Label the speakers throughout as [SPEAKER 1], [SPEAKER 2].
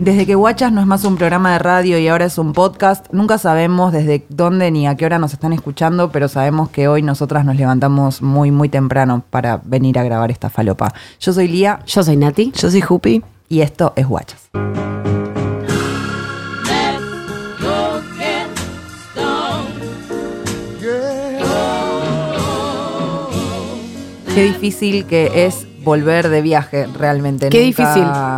[SPEAKER 1] Desde que Guachas no es más un programa de radio y ahora es un podcast, nunca sabemos desde dónde ni a qué hora nos están escuchando, pero sabemos que hoy nosotras nos levantamos muy, muy temprano para venir a grabar esta falopa. Yo soy Lía
[SPEAKER 2] Yo soy Nati.
[SPEAKER 3] Yo soy Jupi.
[SPEAKER 1] y esto es Guachas. Qué difícil que es volver de viaje realmente.
[SPEAKER 2] Qué
[SPEAKER 1] Nunca-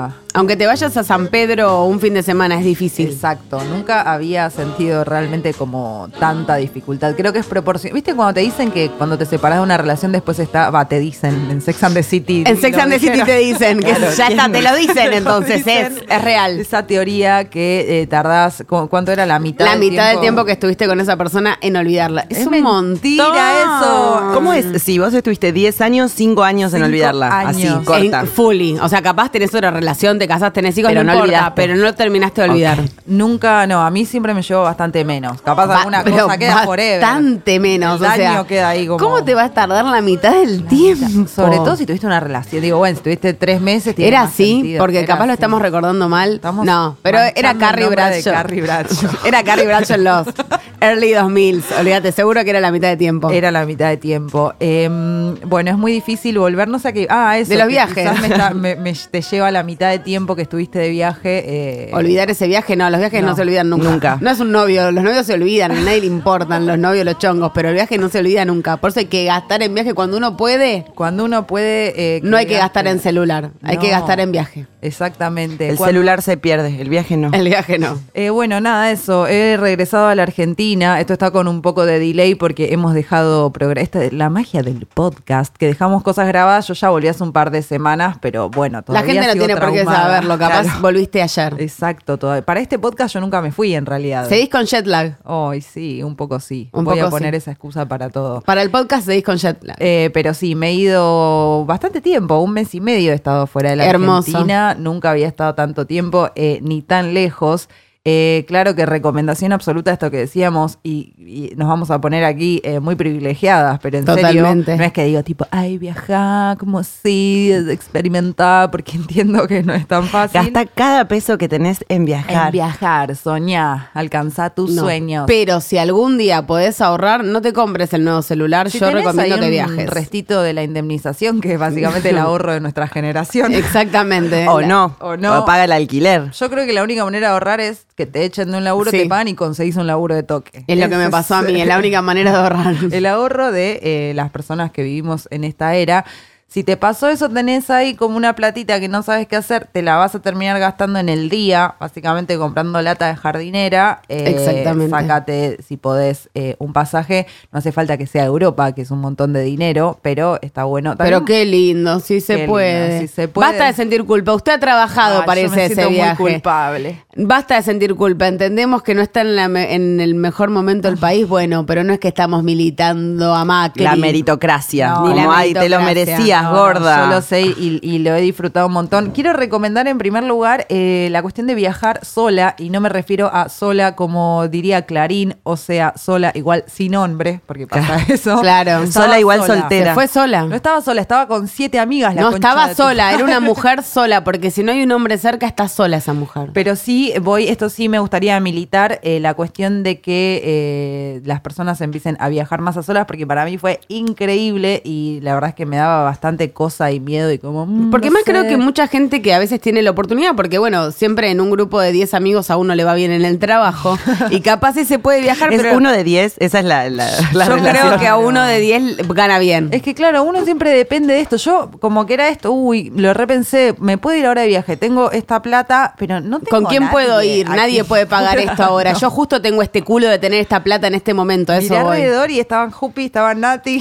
[SPEAKER 2] difícil. Aunque te vayas a San Pedro un fin de semana es difícil.
[SPEAKER 1] Exacto, nunca había sentido realmente como tanta dificultad. Creo que es proporcional. ¿Viste cuando te dicen que cuando te separas de una relación después está, va, te dicen en Sex and the City?
[SPEAKER 2] En Sex
[SPEAKER 1] lo
[SPEAKER 2] and the City
[SPEAKER 1] dijeron.
[SPEAKER 2] te dicen que
[SPEAKER 1] Claro,
[SPEAKER 2] ya
[SPEAKER 1] ¿quién
[SPEAKER 2] está,
[SPEAKER 1] no?
[SPEAKER 2] te lo dicen
[SPEAKER 1] Te lo
[SPEAKER 2] entonces,
[SPEAKER 1] dicen.
[SPEAKER 2] es, es real.
[SPEAKER 1] Esa teoría que eh, tardás, ¿cu- ¿cuánto era? La mitad
[SPEAKER 2] La mitad del tiempo que estuviste con esa persona en olvidarla. Es,
[SPEAKER 1] Es
[SPEAKER 2] un
[SPEAKER 1] mentira
[SPEAKER 2] montón.
[SPEAKER 1] eso.
[SPEAKER 3] ¿Cómo es? Si vos estuviste 10 años, 5 años en
[SPEAKER 1] Cinco
[SPEAKER 3] olvidarla.
[SPEAKER 1] años.
[SPEAKER 3] Así, corta.
[SPEAKER 2] En- fully. O sea, capaz tenés otra relación, te casás, tenés hijos,
[SPEAKER 3] Pero
[SPEAKER 2] no,
[SPEAKER 3] no
[SPEAKER 2] importa,
[SPEAKER 3] olvidaste.
[SPEAKER 2] pero no lo terminaste de olvidar.
[SPEAKER 1] Nunca, no, a mí siempre me llevo bastante menos. Capaz
[SPEAKER 2] Va-
[SPEAKER 1] alguna
[SPEAKER 2] pero
[SPEAKER 1] cosa queda forever.
[SPEAKER 2] Bastante menos.
[SPEAKER 1] El
[SPEAKER 2] o sea,
[SPEAKER 1] daño queda ahí como-
[SPEAKER 2] ¿Cómo te vas a tardar la mitad del tiempo?
[SPEAKER 1] Sobre todo si tuviste una relación. Digo, bueno, si tuviste tres meses. tiene
[SPEAKER 2] Era
[SPEAKER 1] más
[SPEAKER 2] así,
[SPEAKER 1] sentido.
[SPEAKER 2] porque
[SPEAKER 1] Era
[SPEAKER 2] capaz lo
[SPEAKER 1] así.
[SPEAKER 2] estamos recordando mal.
[SPEAKER 1] Estamos
[SPEAKER 2] no, pero era
[SPEAKER 1] manchando
[SPEAKER 2] Carrie
[SPEAKER 1] el nombre de
[SPEAKER 2] Bradshaw.
[SPEAKER 1] Carrie Bradshaw.
[SPEAKER 2] era Carrie Bradshaw en los early 2000. Olvídate, seguro que era la mitad de tiempo.
[SPEAKER 1] Era la mitad de tiempo. Em, bueno, es muy difícil volvernos a que. Ah, eso.
[SPEAKER 2] De los
[SPEAKER 1] que
[SPEAKER 2] viajes.
[SPEAKER 1] quizás Me está- me- me- te lleva la mitad de tiempo que estuviste de viaje. eh,
[SPEAKER 2] Olvidar ese viaje, no, los viajes no,
[SPEAKER 1] No,
[SPEAKER 2] se olvidan nunca.
[SPEAKER 3] nunca.
[SPEAKER 2] No es un novio, los novios se olvidan, a nadie le importan los novios, los chongos, pero el viaje no se olvida nunca. Por eso hay que gastar en viaje cuando uno puede.
[SPEAKER 1] Cuando uno puede. eh,
[SPEAKER 2] No hay que
[SPEAKER 1] gaste-
[SPEAKER 2] gastar en celular, hay que
[SPEAKER 1] No.
[SPEAKER 2] gastar en viaje.
[SPEAKER 1] Exactamente.
[SPEAKER 3] El
[SPEAKER 1] Cuando-
[SPEAKER 3] celular se pierde, el viaje no.
[SPEAKER 2] El viaje no.
[SPEAKER 1] Eh, bueno, nada, eso. He regresado a la Argentina. Esto está con un poco de delay porque hemos dejado. progra- Esta es la magia del podcast, que dejamos cosas grabadas. Yo ya volví hace un par de semanas, pero bueno,
[SPEAKER 2] La
[SPEAKER 1] todavía.
[SPEAKER 2] gente no
[SPEAKER 1] sigo
[SPEAKER 2] tiene por qué
[SPEAKER 1] traumada.
[SPEAKER 2] saberlo, capaz
[SPEAKER 1] Claro.
[SPEAKER 2] volviste ayer.
[SPEAKER 1] Exacto, todavía. Para este podcast yo nunca me fui en realidad.
[SPEAKER 2] Seguís con jet lag.
[SPEAKER 1] Hoy sí, un poco sí.
[SPEAKER 2] Un
[SPEAKER 1] Voy
[SPEAKER 2] poco
[SPEAKER 1] a poner
[SPEAKER 2] sí.
[SPEAKER 1] esa excusa para todo.
[SPEAKER 2] Para el podcast seguís con jet lag.
[SPEAKER 1] Eh, pero sí, me he ido bastante tiempo, un mes y medio he estado fuera de la
[SPEAKER 2] Hermoso.
[SPEAKER 1] Argentina, nunca había estado tanto tiempo eh, ni tan lejos. Eh, claro que recomendación absoluta esto que decíamos y, y nos vamos a poner aquí eh, muy privilegiadas, pero en
[SPEAKER 2] Totalmente.
[SPEAKER 1] serio, no es que digo tipo, ay, viajá, como sí, experimentá, porque entiendo que no es tan fácil.
[SPEAKER 3] Gasta cada peso que tenés en viajar.
[SPEAKER 1] en viajar, soñá, alcanzá tus
[SPEAKER 2] No.
[SPEAKER 1] sueños.
[SPEAKER 2] Pero si algún día podés ahorrar, no te compres el nuevo celular.
[SPEAKER 1] Si
[SPEAKER 2] Yo
[SPEAKER 1] tenés
[SPEAKER 2] recomiendo
[SPEAKER 1] ahí
[SPEAKER 2] que
[SPEAKER 1] un
[SPEAKER 2] viajes.
[SPEAKER 1] restito de la indemnización, que es básicamente el ahorro de nuestra generación.
[SPEAKER 2] Exactamente.
[SPEAKER 3] o no.
[SPEAKER 1] o no.
[SPEAKER 3] O paga el alquiler.
[SPEAKER 1] Yo creo que la única manera de ahorrar es que te echen de un laburo,
[SPEAKER 2] Sí.
[SPEAKER 1] te pagan y conseguís un laburo de toque.
[SPEAKER 2] Es lo que
[SPEAKER 1] Ese
[SPEAKER 2] me pasó a mí, es la única manera de ahorrar.
[SPEAKER 1] El ahorro de eh, las personas que vivimos en esta era. Si te pasó eso, tenés ahí como una platita que no sabes qué hacer, te la vas a terminar gastando en el día, básicamente comprando lata de jardinera. eh,
[SPEAKER 2] Exactamente.
[SPEAKER 1] Sácate, si podés, eh, un pasaje. No hace falta que sea Europa, que es un montón de dinero, pero está bueno.
[SPEAKER 2] Pero
[SPEAKER 1] También-
[SPEAKER 2] qué lindo, sí se,
[SPEAKER 1] Qué lindo,
[SPEAKER 2] puede.
[SPEAKER 1] sí se puede.
[SPEAKER 2] Basta de sentir culpa. Usted ha trabajado
[SPEAKER 1] Ah,
[SPEAKER 2] para
[SPEAKER 1] yo
[SPEAKER 2] irse
[SPEAKER 1] me
[SPEAKER 2] a ese
[SPEAKER 1] siento muy
[SPEAKER 2] viaje.
[SPEAKER 1] culpable.
[SPEAKER 2] Basta de sentir culpa. Entendemos que no está en, la me- en el mejor momento
[SPEAKER 1] Ah.
[SPEAKER 2] el país, bueno, pero no es que estamos militando a Macri.
[SPEAKER 3] La meritocracia.
[SPEAKER 2] No,
[SPEAKER 3] como,
[SPEAKER 2] ni la
[SPEAKER 3] ay, te lo
[SPEAKER 2] meritocracia.
[SPEAKER 3] merecías,
[SPEAKER 1] No,
[SPEAKER 3] gorda.
[SPEAKER 1] Yo lo sé y, y lo he disfrutado un montón. Quiero recomendar en primer lugar eh, la cuestión de viajar sola, y no me refiero a sola como diría Clarín, o sea, sola igual sin hombre, porque pasa eso.
[SPEAKER 2] Claro.
[SPEAKER 1] Estaba
[SPEAKER 3] Sola igual soltera.
[SPEAKER 2] Se fue sola.
[SPEAKER 1] No estaba sola, estaba con siete amigas. La
[SPEAKER 2] No,
[SPEAKER 1] concha
[SPEAKER 2] estaba
[SPEAKER 1] de tu-
[SPEAKER 2] sola, era una mujer sola, porque si no hay un hombre cerca, está sola esa mujer.
[SPEAKER 1] Pero sí, voy, esto sí me gustaría militar, eh, la cuestión de que eh, las personas empiecen a viajar más a solas, porque para mí fue increíble y la verdad es que me daba bastante cosa y miedo y como... mm,
[SPEAKER 2] Porque
[SPEAKER 1] no
[SPEAKER 2] más creo
[SPEAKER 1] sé.
[SPEAKER 2] que mucha gente que a veces tiene la oportunidad, porque bueno, siempre en un grupo de 10 amigos a uno le va bien en el trabajo y capaz se puede viajar,
[SPEAKER 3] Es
[SPEAKER 2] pero
[SPEAKER 3] uno de 10, esa es la, la, la
[SPEAKER 2] yo
[SPEAKER 3] relación.
[SPEAKER 2] creo que a uno de 10 gana bien.
[SPEAKER 1] Es que claro, uno siempre depende de esto. Yo como que era esto, uy, lo repensé, me puedo ir ahora de viaje, tengo esta plata, pero no tengo
[SPEAKER 2] ¿Con quién
[SPEAKER 1] nadie
[SPEAKER 2] puedo ir?
[SPEAKER 1] aquí.
[SPEAKER 2] Nadie puede pagar esto ahora.
[SPEAKER 1] No.
[SPEAKER 2] Yo justo tengo este culo de tener esta plata en este momento. a Eso
[SPEAKER 1] Miré
[SPEAKER 2] voy.
[SPEAKER 1] alrededor y estaban Jupi, estaban Nati.
[SPEAKER 2] Y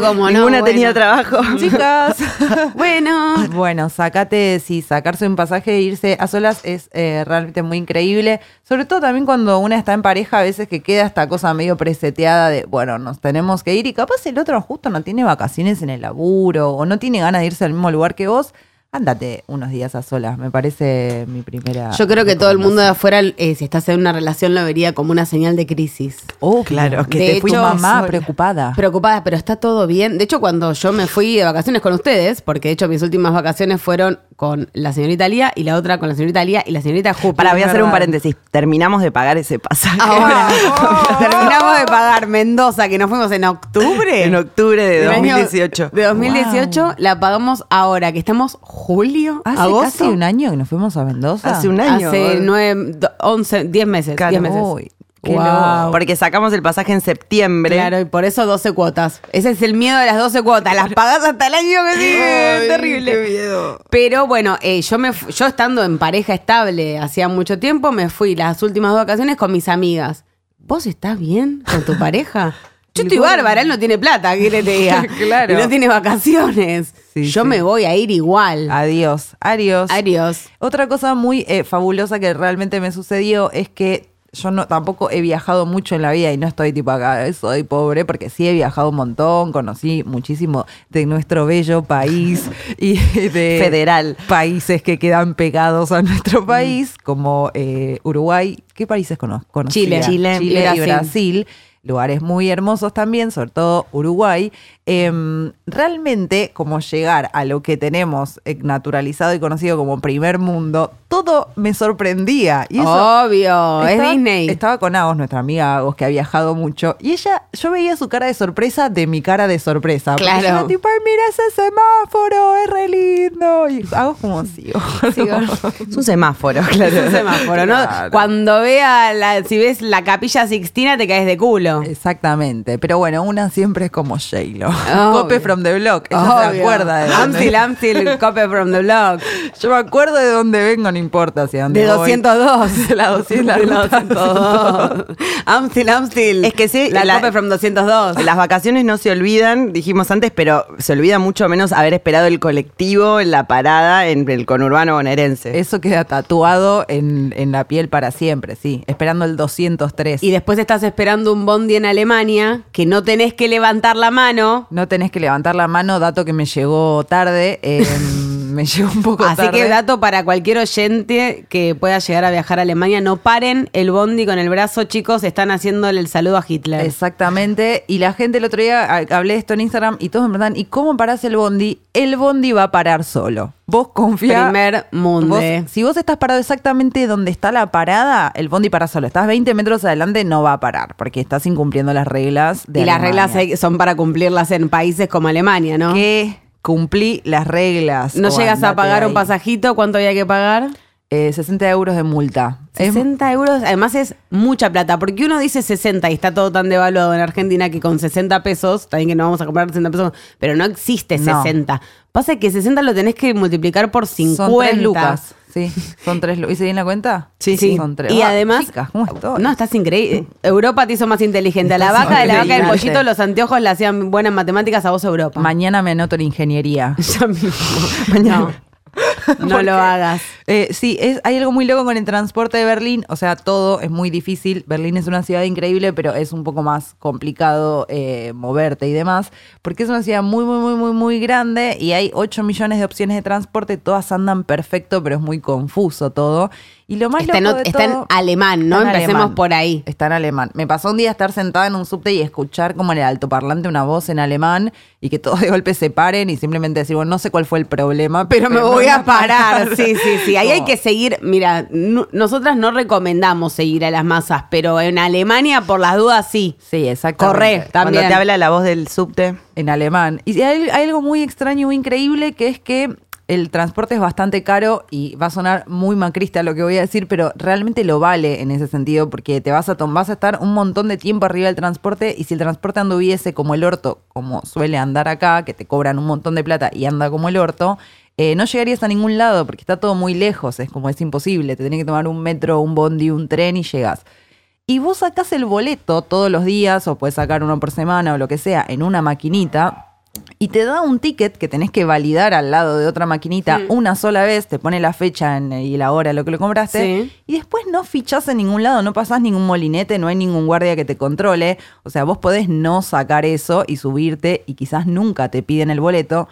[SPEAKER 2] como, no,
[SPEAKER 3] Ninguna
[SPEAKER 2] bueno.
[SPEAKER 3] tenía trabajo.
[SPEAKER 1] Chicas.
[SPEAKER 2] Bueno.
[SPEAKER 1] Bueno, sacate, sí, sacarse un pasaje e irse a solas es eh, realmente muy increíble. Sobre todo también cuando una está en pareja, a veces que queda esta cosa medio preseteada de, bueno, nos tenemos que ir y capaz el otro justo no tiene vacaciones en el laburo o no tiene ganas de irse al mismo lugar que vos. ándate unos días a solas. Me parece mi primera.
[SPEAKER 2] Yo creo que todo el mundo de afuera, eh, si estás en una relación, lo vería como una señal de crisis.
[SPEAKER 1] Oh,
[SPEAKER 3] Claro, que
[SPEAKER 1] de
[SPEAKER 3] te
[SPEAKER 1] hecho,
[SPEAKER 3] fuiste
[SPEAKER 1] mamá
[SPEAKER 3] sola.
[SPEAKER 1] preocupada.
[SPEAKER 2] Preocupadas, pero está todo bien. De hecho, cuando yo me fui de vacaciones con ustedes, porque de hecho mis últimas vacaciones fueron con la señorita Lía y la otra con la señorita Lía y la señorita Jupi.
[SPEAKER 3] Para, voy a
[SPEAKER 2] Es
[SPEAKER 3] hacer un
[SPEAKER 2] verdad. Ah,
[SPEAKER 3] paréntesis. Terminamos de pagar ese pasaje.
[SPEAKER 2] Ahora, terminamos de pagar Mendoza, que nos fuimos en octubre.
[SPEAKER 3] En octubre de
[SPEAKER 2] Del año
[SPEAKER 3] 2018.
[SPEAKER 2] De 2018 la pagamos ahora, que estamos julio,
[SPEAKER 1] Hace
[SPEAKER 2] agosto.
[SPEAKER 1] casi un año que nos fuimos a Mendoza.
[SPEAKER 3] Hace un año.
[SPEAKER 2] Hace nueve, do- once, diez meses.
[SPEAKER 3] Claro.
[SPEAKER 2] diez meses.
[SPEAKER 1] Uy, qué
[SPEAKER 2] Guau.
[SPEAKER 1] loco.
[SPEAKER 3] Porque sacamos el pasaje en septiembre.
[SPEAKER 2] Claro, y por eso 12 cuotas. Ese es el miedo de las 12 cuotas. Las pagas hasta el año que sigue. Terrible. Pero bueno, eh, yo me fu- yo estando en pareja estable hacía mucho tiempo, me fui las últimas dos vacaciones con mis amigas. ¿Vos estás bien con tu pareja? Yo estoy bárbara, él no tiene plata, ¿qué querés que te diga?
[SPEAKER 1] Claro.
[SPEAKER 2] Y no tiene vacaciones.
[SPEAKER 1] Sí,
[SPEAKER 2] yo
[SPEAKER 1] sí.
[SPEAKER 2] me voy a ir igual.
[SPEAKER 1] Adiós, adiós.
[SPEAKER 2] Adiós.
[SPEAKER 1] Otra cosa muy eh, fabulosa que realmente me sucedió es que yo no, tampoco he viajado mucho en la vida y no estoy tipo acá, "Ay, soy pobre, porque sí he viajado un montón, conocí muchísimo de nuestro bello país y de
[SPEAKER 3] Federal.
[SPEAKER 1] países que quedan pegados a
[SPEAKER 2] Mm.
[SPEAKER 1] nuestro país, como eh, Uruguay. ¿Qué países conozco?
[SPEAKER 2] Chile.
[SPEAKER 1] Chile,
[SPEAKER 2] Chile y
[SPEAKER 1] y
[SPEAKER 2] Brasil.
[SPEAKER 1] Brasil. Lugares muy hermosos también, sobre todo Uruguay. Em, realmente, como llegar a lo que tenemos eh, naturalizado y conocido como primer mundo, todo me sorprendía. Y eso
[SPEAKER 2] Obvio, es
[SPEAKER 1] estaba-
[SPEAKER 2] Disney.
[SPEAKER 1] Estaba con Agos, nuestra amiga Agos, que ha viajado mucho. Y ella, yo veía su cara de sorpresa de mi cara de sorpresa. Porque
[SPEAKER 2] Claro.
[SPEAKER 1] yo era tipo, "Ay, mira ese semáforo, es re lindo. Y Agos como sí. gordo".
[SPEAKER 2] Sigo.
[SPEAKER 3] Es un semáforo, claro.
[SPEAKER 2] Es un semáforo, ¿no?
[SPEAKER 1] Claro.
[SPEAKER 2] Cuando vea la, si ves la capilla Sixtina te caes de culo.
[SPEAKER 1] Exactamente. Pero bueno, una siempre es como J-Lo.
[SPEAKER 2] Obvio.
[SPEAKER 1] Cope from the block. Ella se
[SPEAKER 2] Obvio.
[SPEAKER 1] acuerda de
[SPEAKER 2] I'm
[SPEAKER 1] dónde-
[SPEAKER 2] still, I'm still, copy from the block.
[SPEAKER 1] Yo me acuerdo de dónde vengo, no importa hacia dónde
[SPEAKER 2] De
[SPEAKER 1] voy.
[SPEAKER 2] 202.
[SPEAKER 1] De la 200.
[SPEAKER 2] De la 202. I'm still, I'm still.
[SPEAKER 3] Es que sí,
[SPEAKER 2] La,
[SPEAKER 3] la-
[SPEAKER 2] copy from 202.
[SPEAKER 3] Las vacaciones no se olvidan, dijimos antes, pero se olvida mucho menos haber esperado el colectivo en la parada en el conurbano
[SPEAKER 2] Eh,
[SPEAKER 3] bonaerense.
[SPEAKER 1] Eso queda tatuado en, en la piel para siempre, sí. Esperando el 203.
[SPEAKER 2] Y después estás esperando un bondi en Alemania que no tenés que levantar la mano.
[SPEAKER 1] no tenés que levantar la mano, dato que me llegó tarde. eh, me llegó un poco
[SPEAKER 2] Así
[SPEAKER 1] tarde.
[SPEAKER 2] que dato para cualquier oyente que pueda llegar a viajar a Alemania, no paren el bondi con el brazo, chicos, están haciéndole el saludo a Hitler.
[SPEAKER 1] Exactamente. Y la gente el otro día a- hablé de esto en Instagram y todos me preguntan, ¿y cómo parás el bondi? El bondi va a parar solo. Vos confía.
[SPEAKER 2] Primer mundo.
[SPEAKER 1] Vos- si vos estás parado exactamente donde está la parada, el bondi para solo. Estás 20 metros adelante, no va a parar, porque estás incumpliendo las reglas de
[SPEAKER 2] y las
[SPEAKER 1] Alemania.
[SPEAKER 2] reglas hay- son para cumplirlas en países como Alemania, ¿no?
[SPEAKER 1] Que cumplí las reglas.
[SPEAKER 2] No
[SPEAKER 1] o
[SPEAKER 2] llegas a
[SPEAKER 1] andate
[SPEAKER 2] pagar
[SPEAKER 1] de
[SPEAKER 2] un
[SPEAKER 1] ahí.
[SPEAKER 2] pasajito, ¿cuánto había que pagar?
[SPEAKER 1] Eh, 60 euros de multa. Es-
[SPEAKER 2] 60 euros, además es mucha plata, porque uno dice 60 y está todo tan devaluado en Argentina que con 60 pesos, también que no vamos a comprar 60 pesos, pero no existe
[SPEAKER 1] No.
[SPEAKER 2] 60. Pasa que 60 lo tenés que multiplicar por 50.
[SPEAKER 1] Son tres lucas. Sí, son tres lucas. ¿Hice bien la cuenta?
[SPEAKER 2] Sí, sí.
[SPEAKER 1] Son tres.
[SPEAKER 2] Y
[SPEAKER 1] Ah,
[SPEAKER 2] además,
[SPEAKER 1] chicas, ¿cómo estoy?
[SPEAKER 2] no, estás increíble. Europa te hizo más inteligente. A la
[SPEAKER 1] Estás
[SPEAKER 2] vaca de la vaca del
[SPEAKER 1] increíble.
[SPEAKER 2] pollito, los anteojos le hacían buenas matemáticas a vos Europa.
[SPEAKER 1] Mañana me anoto en ingeniería.
[SPEAKER 2] Ya mismo. No, no lo hagas.
[SPEAKER 1] Eh, sí, es, hay algo muy loco con el transporte de Berlín. O sea, todo es muy difícil. Berlín es una ciudad increíble, pero es un poco más complicado eh, moverte y demás. Porque es una ciudad muy, muy, muy, muy, muy grande y hay 8 millones de opciones de transporte. Todas andan perfecto, pero es muy confuso todo. Y lo más
[SPEAKER 2] Está en,
[SPEAKER 1] loco
[SPEAKER 2] ot-
[SPEAKER 1] de
[SPEAKER 2] está en
[SPEAKER 1] todo-
[SPEAKER 2] alemán, ¿no?
[SPEAKER 1] Está en
[SPEAKER 2] Empecemos
[SPEAKER 1] alemán.
[SPEAKER 2] por ahí.
[SPEAKER 1] Está en alemán. Me pasó un día estar sentada en un subte y escuchar como en el altoparlante una voz en alemán y que todos de golpe se paren y simplemente decir, bueno, no sé cuál fue el problema,
[SPEAKER 2] Pero me voy a parar. Sí, sí, sí. Ahí hay
[SPEAKER 1] Como-
[SPEAKER 2] que seguir. Mira, nu- nosotras no recomendamos seguir a las masas, pero en Alemania, por las dudas, sí.
[SPEAKER 1] Sí, exactamente.
[SPEAKER 2] Corre
[SPEAKER 3] Cuando
[SPEAKER 2] también.
[SPEAKER 3] te habla la voz del subte.
[SPEAKER 1] En alemán. Y hay, hay algo muy extraño y muy increíble que es que el transporte es bastante caro y va a sonar muy macrista lo que voy a decir, pero realmente lo vale en ese sentido porque te vas a, tom- vas a estar un montón de tiempo arriba del transporte y si el transporte anduviese como el orto, como suele andar acá, que te cobran un montón de plata y anda como el orto, eh, no llegarías a ningún lado porque está todo muy lejos, es como es imposible, te tenés que tomar un metro, un bondi, un tren y llegas. Y vos sacás el boleto todos los días, o puedes sacar uno por semana o lo que sea, en una maquinita. Y te da un ticket que tenés que validar al lado de otra maquinita una sola vez, te pone la fecha en- y la hora, lo que lo compraste,
[SPEAKER 2] Sí.
[SPEAKER 1] y después no fichás en ningún lado, no pasás ningún molinete, no hay ningún guardia que te controle. O sea, vos podés no sacar eso y subirte y quizás nunca te piden el boleto,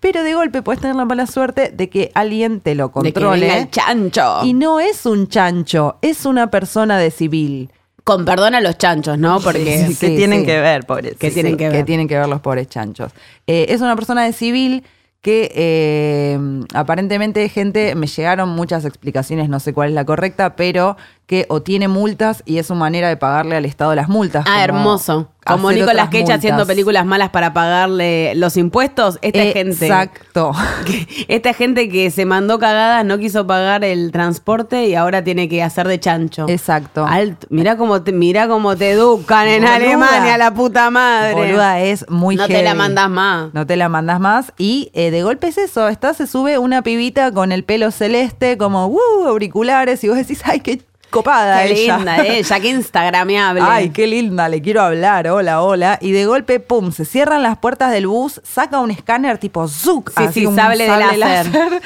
[SPEAKER 1] pero de golpe podés tener la mala suerte de que alguien te lo
[SPEAKER 2] De que
[SPEAKER 1] controle.
[SPEAKER 2] venga el chancho.
[SPEAKER 1] ¿eh? y no es un chancho, es una persona de civil.
[SPEAKER 2] Con perdón a los chanchos, ¿no? Porque.
[SPEAKER 1] Sí,
[SPEAKER 3] que
[SPEAKER 1] sí,
[SPEAKER 3] tienen
[SPEAKER 1] sí.
[SPEAKER 3] que ver, pobre.
[SPEAKER 2] Que tienen que ver.
[SPEAKER 1] tienen que ver los pobres chanchos. Eh, es una persona de civil que eh, aparentemente gente, me llegaron muchas explicaciones, no sé cuál es la correcta, pero que o tiene multas y es su manera de pagarle al Estado las multas.
[SPEAKER 2] Ah, hermoso. Como
[SPEAKER 1] hacer
[SPEAKER 2] Nicolas
[SPEAKER 1] otras
[SPEAKER 2] Cage haciendo
[SPEAKER 1] multas.
[SPEAKER 2] películas malas para pagarle los impuestos. Esta gente.
[SPEAKER 1] Exacto.
[SPEAKER 2] que- esta gente que se mandó cagadas, no quiso pagar el transporte y ahora tiene que hacer de chancho.
[SPEAKER 1] Exacto.
[SPEAKER 2] Alto. Mirá cómo te, mirá cómo te educan en
[SPEAKER 1] Boluda.
[SPEAKER 2] Alemania, la puta madre.
[SPEAKER 1] Boluda es muy
[SPEAKER 2] No te la
[SPEAKER 1] heavy.
[SPEAKER 2] mandás más.
[SPEAKER 1] No te la mandás más. Y eh, de golpe es eso. Está, se sube una pibita con el pelo celeste, como uh, auriculares, y vos decís, ay, qué copada
[SPEAKER 2] Qué
[SPEAKER 1] ella.
[SPEAKER 2] linda ella, qué instagrameable.
[SPEAKER 1] Ay, qué linda, le quiero hablar, hola, hola. Y de golpe, pum, se cierran las puertas del bus, saca un escáner tipo Zuc,
[SPEAKER 2] Sí, sí,
[SPEAKER 1] un
[SPEAKER 2] sable de láser.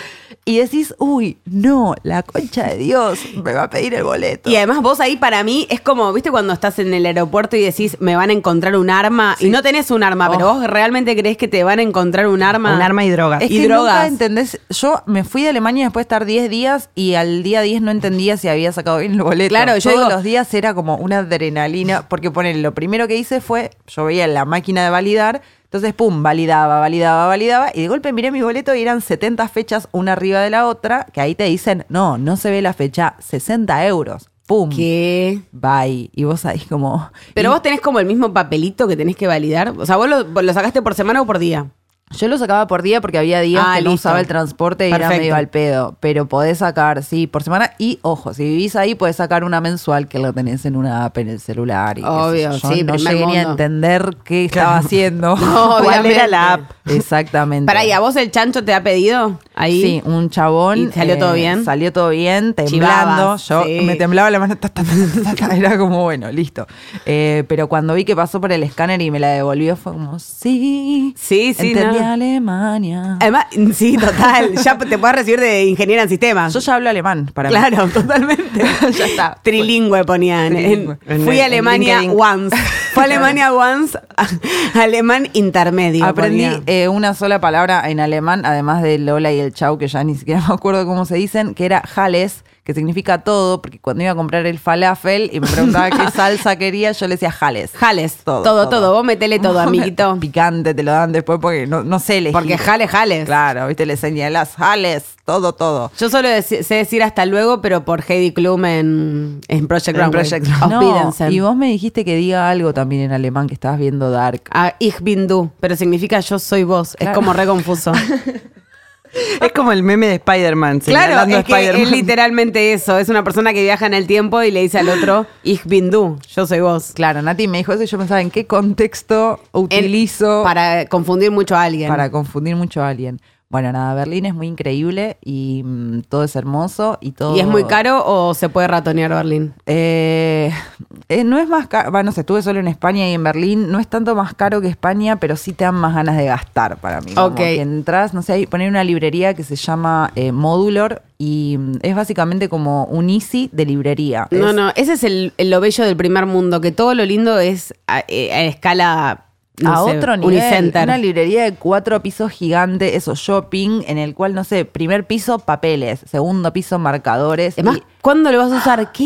[SPEAKER 1] Y decís, uy, no, la concha de Dios, me va a pedir el boleto.
[SPEAKER 2] Y además vos ahí para mí es como, viste cuando estás en el aeropuerto y decís, me van a encontrar un arma, y no tenés un arma,
[SPEAKER 1] Oh.
[SPEAKER 2] pero vos realmente crees que te van a encontrar un arma.
[SPEAKER 3] Un arma y drogas.
[SPEAKER 1] es
[SPEAKER 2] y
[SPEAKER 1] que
[SPEAKER 2] drogas.
[SPEAKER 1] nunca entendés, yo me fui de Alemania después de estar 10 días y al día 10 no entendía si había sacado bien el boleto.
[SPEAKER 2] Claro, yo
[SPEAKER 1] Todos
[SPEAKER 2] digo-
[SPEAKER 1] los días era como una adrenalina, porque poner lo primero que hice fue, yo veía la máquina de validar, entonces pum, validaba, validaba, validaba, y de golpe miré mi boleto y eran 70 fechas una arriba de la otra, que ahí te dicen, no, no se ve la fecha, 60 euros, pum,
[SPEAKER 2] ¿Qué?
[SPEAKER 1] bye. Y vos ahí como...
[SPEAKER 2] Pero vos tenés como el mismo papelito que tenés que validar. O sea, vos lo, lo sacaste por semana o por día.
[SPEAKER 1] Yo lo sacaba por día porque había días
[SPEAKER 2] Ah,
[SPEAKER 1] que no
[SPEAKER 2] listo.
[SPEAKER 1] usaba el transporte y era
[SPEAKER 2] Perfecto.
[SPEAKER 1] medio al pedo. Pero podés sacar, sí, por semana. Y ojo, si vivís ahí, podés sacar una mensual que la tenés en una app en el celular. Y qué sé
[SPEAKER 2] Obvio,
[SPEAKER 1] yo.
[SPEAKER 2] sí,
[SPEAKER 1] No
[SPEAKER 2] primer
[SPEAKER 1] llegué ni a
[SPEAKER 2] mundo.
[SPEAKER 1] entender qué estaba haciendo.
[SPEAKER 2] No,
[SPEAKER 3] ¿Cuál era
[SPEAKER 2] obviamente.
[SPEAKER 3] la app?
[SPEAKER 1] Exactamente.
[SPEAKER 2] Para ¿y a vos el chancho te ha pedido? Ahí.
[SPEAKER 1] Sí, un chabón. eh,
[SPEAKER 2] ¿Y salió todo bien?
[SPEAKER 1] Salió todo bien, temblando.
[SPEAKER 2] Chivabas,
[SPEAKER 1] Yo
[SPEAKER 2] sí.
[SPEAKER 1] me temblaba la mano. ta, ta, ta, ta, ta, ta, era como, bueno, listo. Eh, pero cuando vi que pasó por el escáner y me la devolvió, fue como, sí.
[SPEAKER 2] Sí, sí,
[SPEAKER 1] Entendí
[SPEAKER 2] no.
[SPEAKER 1] Alemania.
[SPEAKER 2] Además, sí, total. ya te puedes recibir de ingeniera en sistemas.
[SPEAKER 1] Yo ya hablo alemán, para mí.
[SPEAKER 2] Ah. Claro, totalmente.
[SPEAKER 1] Ya está.
[SPEAKER 2] Trilingüe ponían.
[SPEAKER 1] Trilingüe.
[SPEAKER 2] En- fui a
[SPEAKER 3] En
[SPEAKER 2] Alemania
[SPEAKER 3] LinkedIn.
[SPEAKER 2] once. Fue a Alemania once. Alemán intermedio.
[SPEAKER 1] Aprendí
[SPEAKER 2] ponía.
[SPEAKER 1] eh, una sola palabra en alemán, además del hola y el chau, que ya ni siquiera me acuerdo cómo se dicen, que era jales, que significa todo, porque cuando iba a comprar el falafel y me preguntaba qué salsa quería, yo le decía jales.
[SPEAKER 2] Jales. Todo, todo. Vos metele todo, amiguito.
[SPEAKER 1] Picante, te lo dan después porque no, no sé elegir.
[SPEAKER 2] Porque jales, jales.
[SPEAKER 1] Claro, viste, le señalás jales, todo, todo.
[SPEAKER 2] Yo solo deci- sé decir hasta luego, pero por Heidi Klum en, en Project
[SPEAKER 3] En
[SPEAKER 2] Runway.
[SPEAKER 3] Project
[SPEAKER 2] Auf
[SPEAKER 1] No,
[SPEAKER 2] Wiedersehen.
[SPEAKER 1] y vos me dijiste que diga algo también en alemán que estabas viendo Dark.
[SPEAKER 2] Ah, ich bin du, pero significa yo soy vos. Es
[SPEAKER 1] Claro.
[SPEAKER 2] como re confuso.
[SPEAKER 3] Es como el meme de Spider-Man.
[SPEAKER 2] claro,
[SPEAKER 3] señalando a
[SPEAKER 2] es que
[SPEAKER 3] Spider-Man.
[SPEAKER 2] es literalmente eso. Es una persona que viaja en el tiempo y le dice al otro, ich bin du, yo soy vos.
[SPEAKER 1] Claro, Nati me dijo eso y yo pensaba en qué contexto
[SPEAKER 2] En-
[SPEAKER 1] utilizo
[SPEAKER 2] para confundir mucho a alguien.
[SPEAKER 1] Para confundir mucho a alguien. Bueno, nada, Berlín es muy increíble y mm, todo es hermoso y todo.
[SPEAKER 2] ¿Y es muy caro o se puede ratonear Berlín?
[SPEAKER 1] Eh, eh, no es más caro. Bueno, no sé, estuve solo en España y en Berlín. No es tanto más caro que España, pero sí te dan más ganas de gastar para mí. Como
[SPEAKER 2] Ok.
[SPEAKER 1] que entras, no sé, hay poner una librería que se llama eh, Modular y mm, es básicamente como un Easy de librería.
[SPEAKER 2] No,
[SPEAKER 1] Es-
[SPEAKER 2] no, ese es el, el lo bello del primer mundo, que todo lo lindo es a, eh, a escala no
[SPEAKER 1] a
[SPEAKER 2] sé,
[SPEAKER 1] otro nivel,
[SPEAKER 2] Unicenter.
[SPEAKER 1] una librería de cuatro pisos gigante, eso, shopping, en el cual, no sé, primer piso, papeles, segundo piso, marcadores.
[SPEAKER 2] Además,
[SPEAKER 1] y-
[SPEAKER 2] ¿cuándo lo vas a usar? ¿Qué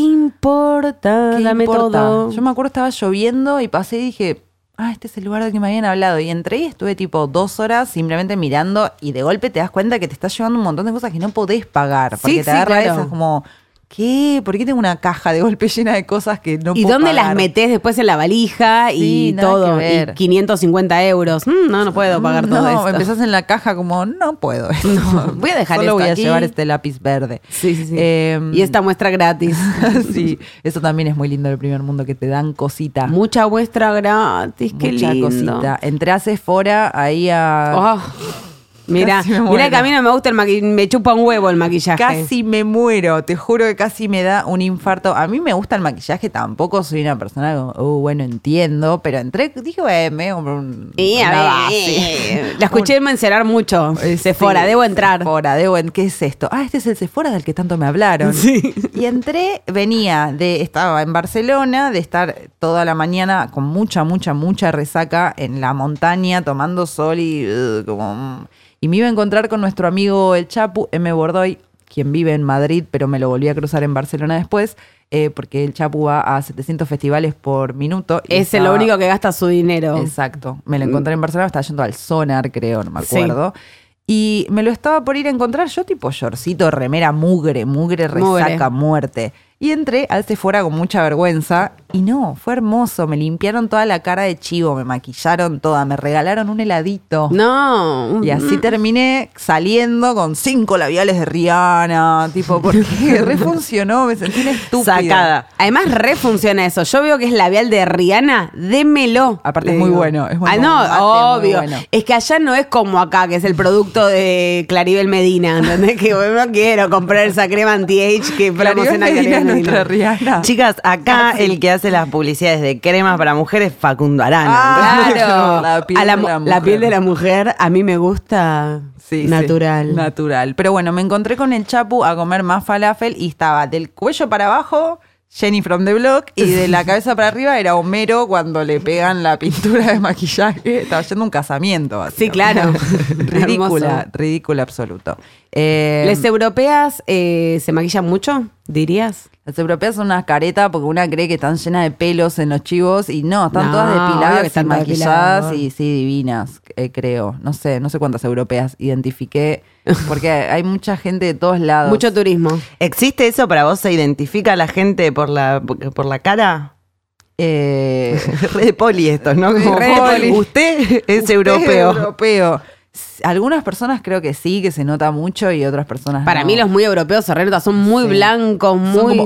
[SPEAKER 2] importa?
[SPEAKER 1] ¿Qué
[SPEAKER 2] Dame
[SPEAKER 1] importa?
[SPEAKER 2] todo.
[SPEAKER 1] Yo me acuerdo estaba lloviendo y pasé y dije, ah, este es el lugar del que me habían hablado. Y entré y estuve tipo dos horas simplemente mirando y de golpe te das cuenta que te está llevando un montón de cosas que no podés pagar. Porque te
[SPEAKER 2] sí,
[SPEAKER 1] agarra
[SPEAKER 2] claro.
[SPEAKER 1] esas como, ¿qué? ¿Por qué tengo una caja de golpe llena de cosas que no
[SPEAKER 2] ¿Y
[SPEAKER 1] puedo
[SPEAKER 2] dónde las
[SPEAKER 1] pagar?
[SPEAKER 2] metes después en la valija
[SPEAKER 1] Sí,
[SPEAKER 2] y
[SPEAKER 1] nada
[SPEAKER 2] todo?
[SPEAKER 1] que ver.
[SPEAKER 2] Y 550 euros. Mm, no, no puedo pagar
[SPEAKER 1] no,
[SPEAKER 2] todo esto.
[SPEAKER 1] empezás en la caja como, no puedo. esto.
[SPEAKER 2] No, voy a dejar
[SPEAKER 1] Solo
[SPEAKER 2] esto
[SPEAKER 1] voy a
[SPEAKER 2] aquí.
[SPEAKER 1] llevar este lápiz verde.
[SPEAKER 2] Sí, sí, sí.
[SPEAKER 1] Em,
[SPEAKER 2] y esta muestra gratis.
[SPEAKER 1] sí, eso también es muy lindo del primer mundo, que te dan cosita.
[SPEAKER 2] Mucha muestra gratis, qué
[SPEAKER 1] mucha
[SPEAKER 2] lindo.
[SPEAKER 1] cosita. Entré a Sephora, ahí a...
[SPEAKER 2] Ah, Mira,
[SPEAKER 1] Casi me muero.
[SPEAKER 2] mira que a mí no Oh, me gusta el maquillaje, me chupa un huevo el maquillaje.
[SPEAKER 1] Casi me muero, te juro que casi me da un infarto. A mí me gusta el maquillaje, tampoco soy una persona como, "Uh, bueno, entiendo, pero entré, dije, eh, me voy a comprar un.
[SPEAKER 2] Y a
[SPEAKER 1] una
[SPEAKER 2] ver,
[SPEAKER 1] base".
[SPEAKER 2] eh, la escuché mencionar mucho.
[SPEAKER 1] Eh,
[SPEAKER 2] Sephora,
[SPEAKER 1] sí,
[SPEAKER 2] debo entrar.
[SPEAKER 1] Sephora, debo en ¿qué es esto? Ah, este es el Sephora del que tanto me hablaron.
[SPEAKER 2] Sí.
[SPEAKER 1] Y entré, venía de, estaba en Barcelona, de estar toda la mañana con mucha, mucha, mucha resaca en la montaña, tomando sol y uh, como. mm. Y me iba a encontrar con nuestro amigo el Chapu, M. Bordoy, quien vive en Madrid, pero me lo volví a cruzar en Barcelona después, eh, porque el Chapu va a 700 festivales por minuto. y
[SPEAKER 2] Es lo
[SPEAKER 1] estaba-
[SPEAKER 2] único que gasta su dinero.
[SPEAKER 1] Exacto. Me lo encontré en Barcelona, estaba yendo al Sonar, creo, no me
[SPEAKER 2] Sí.
[SPEAKER 1] acuerdo. Y me lo estaba por ir a encontrar yo, tipo llorcito, remera, mugre, mugre,
[SPEAKER 2] Mugre.
[SPEAKER 1] resaca, muerte. Y entré al Sephora con mucha vergüenza. Y no, fue hermoso. Me limpiaron toda la cara de chivo, me maquillaron toda, me regalaron un heladito.
[SPEAKER 2] No.
[SPEAKER 1] Y así terminé saliendo con cinco labiales de Rihanna, tipo, porque refuncionó, me sentí una estúpida.
[SPEAKER 3] Sacada.
[SPEAKER 2] Además, re funciona eso. Yo veo que es labial de Rihanna, démelo.
[SPEAKER 1] Aparte
[SPEAKER 2] Le
[SPEAKER 1] es muy
[SPEAKER 2] digo.
[SPEAKER 1] bueno, es bueno,
[SPEAKER 2] Ah,
[SPEAKER 1] como mate,
[SPEAKER 2] no,
[SPEAKER 1] muy
[SPEAKER 2] obvio.
[SPEAKER 1] bueno.
[SPEAKER 2] Es que allá no es como acá, que es el producto de Claribel Medina. ¿Entendés? que bueno, no quiero comprar esa crema anti-age que promociona
[SPEAKER 1] Medina
[SPEAKER 2] Claribel
[SPEAKER 1] es nuestra Rihanna.
[SPEAKER 3] Chicas, acá el que hace las publicidades de cremas para mujeres es Facundo Arana.
[SPEAKER 1] Ah,
[SPEAKER 2] Claro.
[SPEAKER 1] La piel
[SPEAKER 2] A
[SPEAKER 1] de
[SPEAKER 2] mu-
[SPEAKER 1] la
[SPEAKER 2] la piel
[SPEAKER 1] mujer.
[SPEAKER 2] de la mujer a mí me gusta
[SPEAKER 1] Sí, sí.
[SPEAKER 2] natural.
[SPEAKER 1] natural. Pero bueno, me encontré con el Chapu a comer más falafel y estaba del cuello para abajo Jenny from the Block y de la cabeza para arriba era Homero cuando le pegan la pintura de maquillaje. Estaba yendo a un casamiento.
[SPEAKER 2] Sí,
[SPEAKER 1] básicamente.
[SPEAKER 2] claro.
[SPEAKER 1] ridícula,
[SPEAKER 2] Hermoso.
[SPEAKER 1] ridícula absoluto. Eh,
[SPEAKER 2] ¿Les europeas eh, se maquillan mucho, dirías?
[SPEAKER 1] las europeas son unas caretas porque una cree que están llenas de pelos en los chivos y no, están
[SPEAKER 2] No,
[SPEAKER 1] todas
[SPEAKER 2] obvio
[SPEAKER 1] depiladas
[SPEAKER 2] que
[SPEAKER 1] y
[SPEAKER 2] están todas
[SPEAKER 1] maquilladas
[SPEAKER 2] depiladas.
[SPEAKER 1] y sí, divinas, eh, creo. No sé, no sé cuántas europeas identifiqué porque hay mucha gente de todos lados.
[SPEAKER 2] Mucho turismo.
[SPEAKER 3] ¿Existe eso para vos? ¿Se identifica a la gente por la, por la cara?
[SPEAKER 1] Eh,
[SPEAKER 3] Re de poli esto, ¿no? Como,
[SPEAKER 1] Re de poli.
[SPEAKER 3] Usted es
[SPEAKER 1] usted
[SPEAKER 3] europeo.
[SPEAKER 1] europeo. S- Algunas personas creo que sí, que se nota mucho y otras personas
[SPEAKER 2] Para
[SPEAKER 1] no.
[SPEAKER 2] mí los muy europeos se renotan, son muy blancos, muy...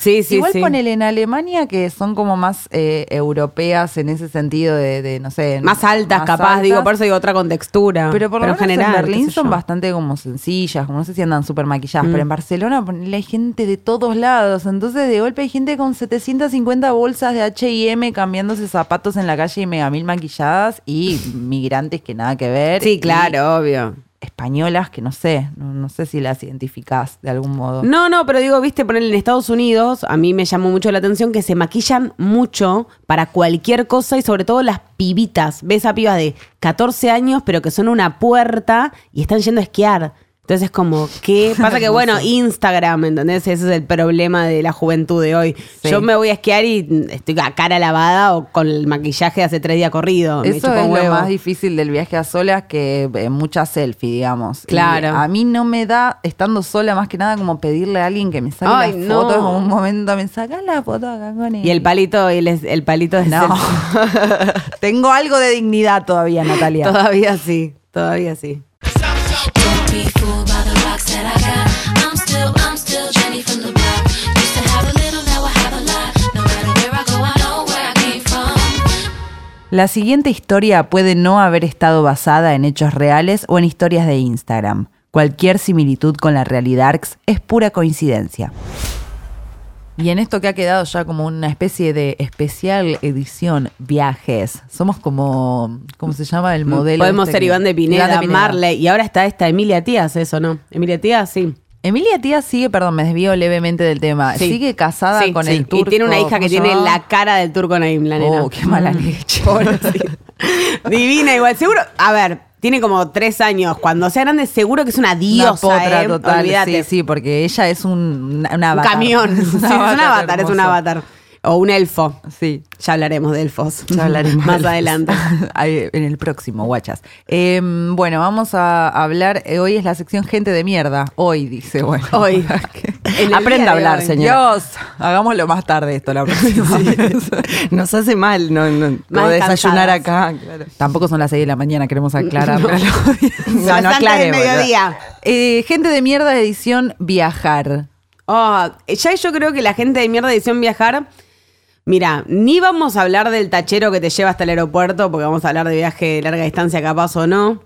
[SPEAKER 2] Sí, sí,
[SPEAKER 1] oh. Igual
[SPEAKER 2] sí.
[SPEAKER 1] ponele en Alemania que son como más eh, europeas en ese sentido de, de, no sé.
[SPEAKER 2] Más altas,
[SPEAKER 1] más
[SPEAKER 2] capaz,
[SPEAKER 1] altas.
[SPEAKER 2] digo, por eso digo otra contextura.
[SPEAKER 1] Pero por lo menos en
[SPEAKER 2] qué
[SPEAKER 1] Berlín
[SPEAKER 2] sé
[SPEAKER 1] son
[SPEAKER 2] yo. Mm.
[SPEAKER 1] bastante como sencillas, como no sé si andan súper maquilladas, pero en Barcelona ponele, hay gente de todos lados. Entonces, de golpe hay gente con 750 bolsas de HM cambiándose zapatos en la calle y mega mil maquilladas y migrantes que nada que ver.
[SPEAKER 2] Sí,
[SPEAKER 1] y
[SPEAKER 2] claro, obvio.
[SPEAKER 1] españolas que no sé, no, no sé si las identificás de algún modo.
[SPEAKER 2] No, no, pero digo, viste, poner en Estados Unidos, a mí me llamó mucho la atención que se maquillan mucho para cualquier cosa y sobre todo las pibitas. Ves a pibas de 14 años, pero que son una puerta y están yendo a esquiar. Entonces es como, ¿qué? Pasa que, bueno, Instagram, ¿entendés? Ese es el problema de la juventud de hoy.
[SPEAKER 1] Sí.
[SPEAKER 2] Yo me voy a esquiar y estoy a cara lavada o con el maquillaje de hace tres días corrido. me
[SPEAKER 1] Eso
[SPEAKER 2] chupa
[SPEAKER 1] es
[SPEAKER 2] un
[SPEAKER 1] lo
[SPEAKER 2] huevo.
[SPEAKER 1] más difícil del viaje a solas que eh, mucha selfie, digamos. Y
[SPEAKER 2] Claro.
[SPEAKER 1] a mí no me da, estando sola, más que nada, como pedirle a alguien que me saque
[SPEAKER 2] Ay,
[SPEAKER 1] las
[SPEAKER 2] no.
[SPEAKER 1] fotos. Como un momento, me sacas la foto acá con él.
[SPEAKER 2] Y el palito, y el, el palito de
[SPEAKER 1] No.
[SPEAKER 2] selfie.
[SPEAKER 1] Tengo algo de dignidad todavía, Natalia.
[SPEAKER 2] Todavía sí, todavía sí.
[SPEAKER 4] Don't be fooled by the rocks that I got. I'm still, I'm still Jenny from the block. Used to have a little, now I have a lot. No matter where I go, I know where I came from.
[SPEAKER 1] La siguiente historia puede no haber estado basada en hechos reales o en historias de Instagram. Cualquier similitud con la realidad es pura coincidencia. Y en esto que ha quedado ya como una especie de especial edición viajes, somos como, ¿cómo se llama el modelo?
[SPEAKER 2] Mm, Podemos
[SPEAKER 1] este
[SPEAKER 2] ser
[SPEAKER 1] que-
[SPEAKER 2] Iván de Pineda,
[SPEAKER 1] Iván de
[SPEAKER 2] Marley. Y ahora está esta Emilia Tías, eso, ¿no? Emilia Tías, sí.
[SPEAKER 1] Emilia Tía sigue, perdón, me desvío levemente del tema,
[SPEAKER 2] Sí.
[SPEAKER 1] Ah, sigue casada
[SPEAKER 2] Sí,
[SPEAKER 1] con
[SPEAKER 2] sí.
[SPEAKER 1] el turco.
[SPEAKER 2] Y tiene una hija
[SPEAKER 1] ¿cómo
[SPEAKER 2] que
[SPEAKER 1] se
[SPEAKER 2] tiene
[SPEAKER 1] llamaba?
[SPEAKER 2] la cara del turco Naim, la nena.
[SPEAKER 1] Oh, qué mala leche.
[SPEAKER 2] Pobrecita. Divina igual. Seguro, a ver, tiene como tres años. Cuando sea grande, seguro que es una diosa,
[SPEAKER 1] Una potra
[SPEAKER 2] ¿eh?
[SPEAKER 1] total,
[SPEAKER 2] Olvídate.
[SPEAKER 1] sí, sí, porque ella es un, una- una
[SPEAKER 2] Un
[SPEAKER 1] avatar.
[SPEAKER 2] camión. Sí, Es un avatar, es un
[SPEAKER 1] hermoso.
[SPEAKER 2] avatar. O un elfo.
[SPEAKER 1] Sí.
[SPEAKER 2] Ya hablaremos de elfos.
[SPEAKER 1] Ya hablaremos
[SPEAKER 2] Más
[SPEAKER 1] de eso.
[SPEAKER 2] adelante.
[SPEAKER 1] Ahí, en el próximo, guachas. Eh, bueno, vamos a hablar. eh, hoy es la sección Gente de Mierda. Hoy, dice, bueno.
[SPEAKER 2] Hoy. En el día
[SPEAKER 3] Aprenda a
[SPEAKER 2] de
[SPEAKER 3] hablar,
[SPEAKER 2] hoy.
[SPEAKER 3] señor.
[SPEAKER 1] Dios, hagámoslo más tarde esto la próxima vez.
[SPEAKER 3] Nos hace mal, no, no, como
[SPEAKER 2] Más
[SPEAKER 3] desayunar
[SPEAKER 2] cansadas.
[SPEAKER 3] acá. claro.
[SPEAKER 1] Tampoco son las 6 de la mañana, queremos aclarar. para la
[SPEAKER 2] Son
[SPEAKER 1] audiencia.
[SPEAKER 2] las
[SPEAKER 3] no
[SPEAKER 2] antes del
[SPEAKER 3] aclaremos, ¿verdad?
[SPEAKER 2] mediodía.
[SPEAKER 1] Eh, gente de Mierda, edición Viajar.
[SPEAKER 2] Ah, ya yo creo que la gente de mierda de edición viajar. Mira, ni vamos a hablar del tachero que te lleva hasta el aeropuerto, porque vamos a hablar de viaje de larga distancia, capaz o no.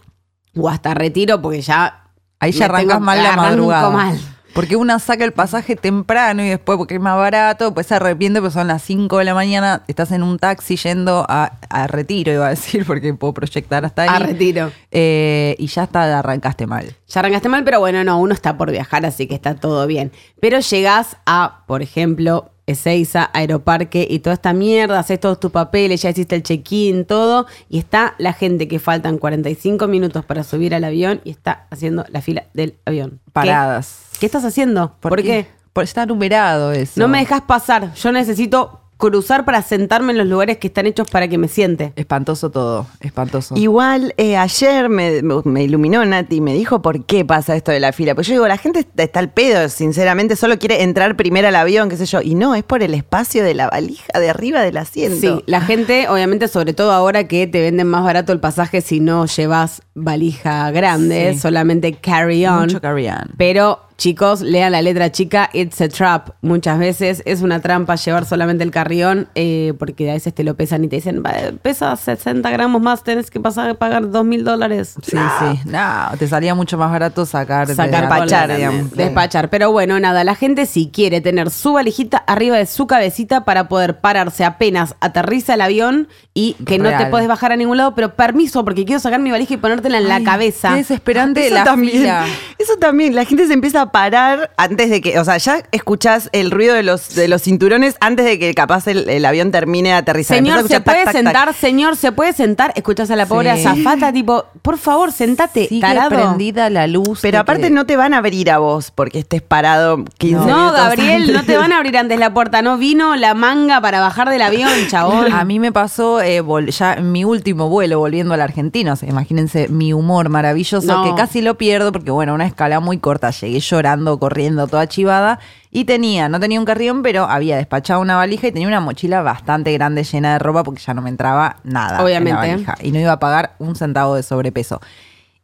[SPEAKER 2] o hasta retiro porque ya.
[SPEAKER 1] Ahí
[SPEAKER 2] me
[SPEAKER 1] ya arrancas
[SPEAKER 2] tengo-
[SPEAKER 1] mal la
[SPEAKER 2] arranco
[SPEAKER 1] madrugada.
[SPEAKER 2] mal.
[SPEAKER 1] Porque una saca el pasaje temprano y después porque es más barato, después se arrepiente, pero son las 5 de la mañana, estás en un taxi yendo a, a retiro, iba a decir, porque puedo proyectar hasta ahí.
[SPEAKER 2] A Retiro.
[SPEAKER 1] Eh, y ya está, arrancaste mal.
[SPEAKER 2] Ya arrancaste mal, pero bueno, no, uno está por viajar, así que está todo bien. Pero llegás a, por ejemplo, Ezeiza, Aeroparque y toda esta mierda, haces todos tus papeles, ya hiciste el check-in, todo, y está la gente que faltan 45 minutos para subir al avión y está haciendo la fila del avión. ¿Qué?
[SPEAKER 1] Paradas.
[SPEAKER 2] ¿Qué, estás haciendo? ¿Por, qué?
[SPEAKER 1] Por estar numerado eso.
[SPEAKER 2] No me dejas pasar, yo necesito cruzar para sentarme en los lugares que están hechos para que me siente.
[SPEAKER 1] Espantoso todo, espantoso.
[SPEAKER 3] Igual eh, ayer me, me iluminó Nati y me dijo por qué pasa esto de la fila. Pues yo digo, la gente está, está al pedo, sinceramente, solo quiere entrar primero al avión, qué sé yo. Y no, es por el espacio de la valija de arriba del asiento.
[SPEAKER 2] Sí, la gente, obviamente, sobre todo ahora que te venden más barato el pasaje si no llevas valija grande,
[SPEAKER 1] Sí.
[SPEAKER 2] solamente carry on.
[SPEAKER 1] Mucho carry-on.
[SPEAKER 2] Pero, chicos, lean la letra chica, it's a trap. Muchas veces es una trampa llevar solamente el carry on, eh, porque a veces te lo pesan y te dicen, "Va, pesa 60 gramos más, tenés que pasar a pagar 2 mil dólares.
[SPEAKER 1] Sí, sí. No, te salía mucho más barato sacar, de
[SPEAKER 2] Sacar
[SPEAKER 1] la
[SPEAKER 2] pachar,
[SPEAKER 1] cola, digamos.
[SPEAKER 2] despachar. Pero bueno, nada, la gente si quiere tener su valijita arriba de su cabecita para poder pararse apenas aterriza el avión y que no te
[SPEAKER 1] Real.
[SPEAKER 2] podés bajar a ningún lado, pero permiso, porque quiero sacar mi valija y ponértela en
[SPEAKER 1] Ay,
[SPEAKER 2] la cabeza.
[SPEAKER 1] Qué desesperante
[SPEAKER 3] Eso
[SPEAKER 1] la
[SPEAKER 3] también,
[SPEAKER 1] fila.
[SPEAKER 3] Eso también, la gente se empieza a parar antes de que, o sea, ya escuchás el ruido de los, de los cinturones antes de que capaz el, el avión termine de aterrizar.
[SPEAKER 2] Señor,
[SPEAKER 3] Empezás a
[SPEAKER 2] ¿se
[SPEAKER 3] escuchar
[SPEAKER 2] puede
[SPEAKER 3] tac, tac, tac.
[SPEAKER 2] sentar? Señor, ¿se puede sentar? Escuchás a la pobre
[SPEAKER 1] Sí.
[SPEAKER 2] azafata, tipo, por favor, sentate,
[SPEAKER 1] Sigue
[SPEAKER 2] tarado.
[SPEAKER 1] prendida la luz.
[SPEAKER 3] Pero
[SPEAKER 1] de
[SPEAKER 3] aparte
[SPEAKER 1] que-
[SPEAKER 3] no te van a abrir a vos porque estés parado 15
[SPEAKER 2] No,
[SPEAKER 3] minutos
[SPEAKER 2] Gabriel,
[SPEAKER 3] antes.
[SPEAKER 2] no te van a abrir antes la puerta. No vino la manga para bajar del avión, chabón.
[SPEAKER 1] A mí me pasó eh, vol- ya en mi último vuelo volviendo a la Argentina. o sea, imagínense mi humor maravilloso
[SPEAKER 2] No.
[SPEAKER 1] que casi lo pierdo porque, bueno, una escala muy corta. Llegué llorando, corriendo, toda chivada. Y tenía, no tenía un carrión, pero había despachado una valija y tenía una mochila bastante grande llena de ropa porque ya no me entraba nada. en la
[SPEAKER 2] Obviamente.
[SPEAKER 1] valija, Ah, y no iba a pagar un centavo de sobrepeso.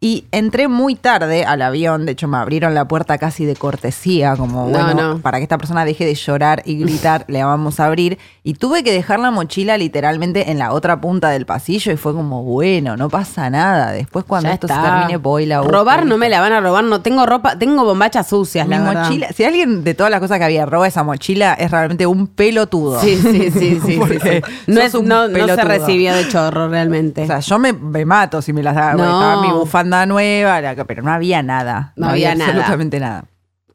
[SPEAKER 1] Y entré muy tarde al avión, de hecho me abrieron la puerta casi de cortesía, como
[SPEAKER 2] No,
[SPEAKER 1] bueno,
[SPEAKER 2] no.
[SPEAKER 1] para que esta persona deje de llorar y gritar, le vamos a abrir. Y tuve que dejar la mochila literalmente en la otra punta del pasillo y fue como, bueno, no pasa nada. Después cuando
[SPEAKER 2] Ya
[SPEAKER 1] esto se
[SPEAKER 2] está.
[SPEAKER 1] termine voy y la busco.
[SPEAKER 2] Robar no me la van a robar, no tengo ropa, tengo bombachas sucias,
[SPEAKER 1] Mi
[SPEAKER 2] la verdad.
[SPEAKER 1] mochila, si alguien de todas las cosas que había roba esa mochila, es realmente un pelotudo.
[SPEAKER 2] Sí, sí, sí, sí, sí,
[SPEAKER 1] Porque
[SPEAKER 2] sí. No,
[SPEAKER 1] sos
[SPEAKER 2] es-
[SPEAKER 1] un
[SPEAKER 2] no- no se
[SPEAKER 1] pelotudo.
[SPEAKER 2] recibió de chorro realmente.
[SPEAKER 1] O sea, yo me, me mato si me las daba.
[SPEAKER 2] No.
[SPEAKER 1] Estaba mi bufanda nueva, la- pero no había nada.
[SPEAKER 2] No había nada.
[SPEAKER 1] absolutamente nada.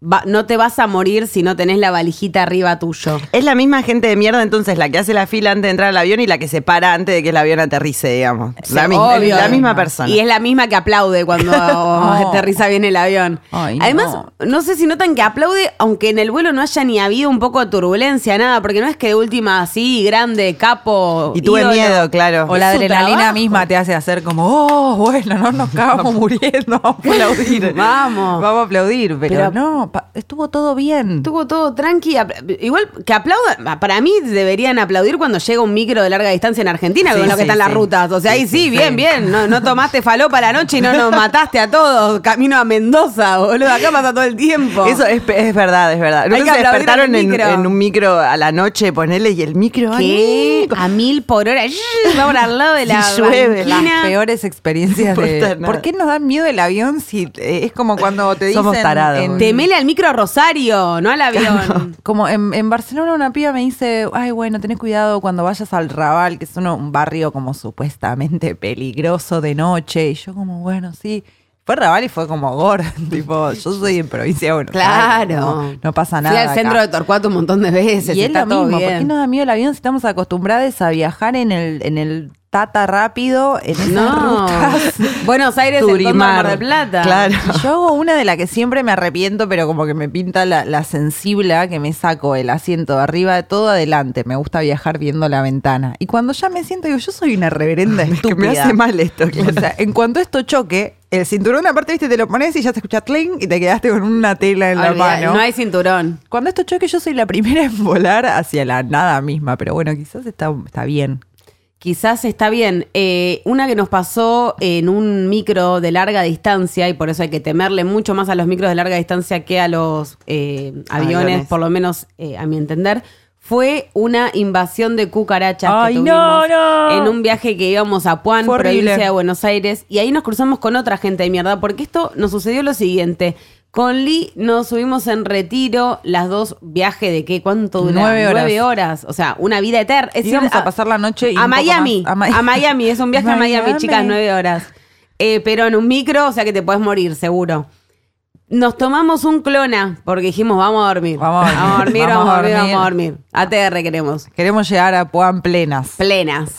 [SPEAKER 2] Va- no te vas a morir si no tenés la valijita arriba tuyo.
[SPEAKER 3] Es la misma gente de mierda entonces la que hace la fila antes de entrar al avión y la que se para antes de que el avión aterrice, digamos. la,
[SPEAKER 2] Sí,
[SPEAKER 3] misma,
[SPEAKER 2] obvio.
[SPEAKER 3] la misma persona.
[SPEAKER 2] Y es la misma que aplaude cuando aterriza bien el avión.
[SPEAKER 1] Ay, no.
[SPEAKER 2] Además, no sé si notan que aplaude, aunque en el vuelo no haya ni habido un poco de turbulencia, nada, porque no es que de última así, grande, capo.
[SPEAKER 3] Y tuve
[SPEAKER 2] ídolo.
[SPEAKER 3] miedo, claro.
[SPEAKER 1] O la
[SPEAKER 2] Es un
[SPEAKER 1] adrenalina
[SPEAKER 2] trabajo.
[SPEAKER 1] misma te hace hacer como, oh, bueno, no nos acabamos muriendo, vamos a aplaudir.
[SPEAKER 2] Vamos.
[SPEAKER 1] Vamos a aplaudir, pero,
[SPEAKER 2] Pero-
[SPEAKER 1] no, pa- estuvo todo bien.
[SPEAKER 2] Estuvo todo tranqui. apl- Igual que aplaudan. ah, Para mí deberían aplaudir cuando llega un micro de larga distancia en Argentina,
[SPEAKER 3] Sí,
[SPEAKER 2] con lo que
[SPEAKER 3] sí,
[SPEAKER 2] están las
[SPEAKER 3] sí.
[SPEAKER 2] rutas. O sea, ahí sí,
[SPEAKER 3] Sí, sí,
[SPEAKER 2] bien,
[SPEAKER 3] sí.
[SPEAKER 2] bien. No, no tomaste falopa la noche y no nos mataste a todos. Camino a Mendoza, boludo. Acá pasa todo el tiempo.
[SPEAKER 3] Eso es, es verdad, es verdad.
[SPEAKER 2] que
[SPEAKER 3] Nosotros se
[SPEAKER 2] aplaudir
[SPEAKER 3] despertaron
[SPEAKER 2] al
[SPEAKER 3] en,
[SPEAKER 2] micro.
[SPEAKER 3] en un micro a la noche, ponele, y el micro...
[SPEAKER 2] ¿Qué?
[SPEAKER 3] ay, no.
[SPEAKER 2] A mil por hora. Va por al lado de la
[SPEAKER 3] Si llueve,
[SPEAKER 1] las
[SPEAKER 2] banquina.
[SPEAKER 1] peores experiencias
[SPEAKER 3] No importa
[SPEAKER 1] de...
[SPEAKER 3] nada.
[SPEAKER 1] ¿Por qué nos da miedo el avión si eh, es como cuando te dicen...
[SPEAKER 3] Somos tarados.
[SPEAKER 1] en-
[SPEAKER 2] Temele al micro a Rosario, no al avión.
[SPEAKER 1] como en, en Barcelona una piba me dice, ay, bueno, tenés cuidado cuando vayas al Raval, que es uno- un barrio como supuestamente peligroso de noche. Y yo como, bueno, sí. Fue Raval y fue como gore, tipo, yo soy en provincia de Buenos Aires,
[SPEAKER 2] Claro.
[SPEAKER 1] no, no pasa nada.
[SPEAKER 2] Fui al
[SPEAKER 1] acá".
[SPEAKER 2] centro de Torcuato un montón de veces.
[SPEAKER 1] Y es
[SPEAKER 2] está
[SPEAKER 1] lo
[SPEAKER 2] todo
[SPEAKER 1] mismo, ¿por
[SPEAKER 2] bien.
[SPEAKER 1] qué nos da miedo el avión si estamos acostumbrados a viajar en el, en el Tata rápido, en esas
[SPEAKER 2] No.
[SPEAKER 1] rutas?
[SPEAKER 2] Buenos Aires, el Córdoba, Mar del Plata.
[SPEAKER 3] Claro.
[SPEAKER 1] Y Yo hago una de la que siempre me arrepiento, pero como que me pinta la, la sensibla que me saco el asiento de arriba, todo adelante. Me gusta viajar viendo la ventana. Y cuando ya me siento, digo, yo soy una reverenda
[SPEAKER 3] que
[SPEAKER 1] estúpida.
[SPEAKER 3] me hace mal esto, claro.
[SPEAKER 1] O sea, en cuanto esto choque, el cinturón aparte, viste, te lo pones y ya te escucha tling y te quedaste con una tela en la
[SPEAKER 2] Olvidá,
[SPEAKER 1] mano.
[SPEAKER 2] No hay cinturón.
[SPEAKER 1] Cuando esto choque, yo soy la primera en volar hacia la nada misma, pero bueno, quizás está, está bien.
[SPEAKER 2] Quizás está bien. Eh, una que nos pasó en un micro de larga distancia, y por eso hay que temerle mucho más a los micros de larga distancia que a los eh, aviones,
[SPEAKER 3] Aviones.
[SPEAKER 2] por lo menos eh, a mi entender, fue una invasión de cucarachas
[SPEAKER 1] Ay,
[SPEAKER 2] que
[SPEAKER 1] no,
[SPEAKER 2] tuvimos
[SPEAKER 1] no.
[SPEAKER 2] en un viaje que íbamos a Puan,
[SPEAKER 1] Fue horrible.
[SPEAKER 2] provincia de Buenos Aires, y ahí nos cruzamos con otra gente de mierda, porque esto nos sucedió lo siguiente. Con Lee nos subimos en retiro, las dos viaje de qué, ¿cuánto duró?
[SPEAKER 1] Nueve horas.
[SPEAKER 2] horas. O sea, una vida eterna. Es
[SPEAKER 1] Íbamos
[SPEAKER 2] ir
[SPEAKER 1] a pasar la noche y
[SPEAKER 2] a
[SPEAKER 1] un poco
[SPEAKER 2] Miami,
[SPEAKER 1] más. A
[SPEAKER 2] a,
[SPEAKER 1] Mi-
[SPEAKER 2] Miami, es un viaje a Miami,
[SPEAKER 1] Miami.
[SPEAKER 2] chicas, nueve horas. Eh, pero en un micro, o sea que te puedes morir, seguro. Nos tomamos un clona porque dijimos, vamos a dormir.
[SPEAKER 1] Vamos a dormir,
[SPEAKER 2] vamos a dormir, vamos a dormir. ATR queremos.
[SPEAKER 1] Queremos llegar a Puan plenas.
[SPEAKER 2] Plenas,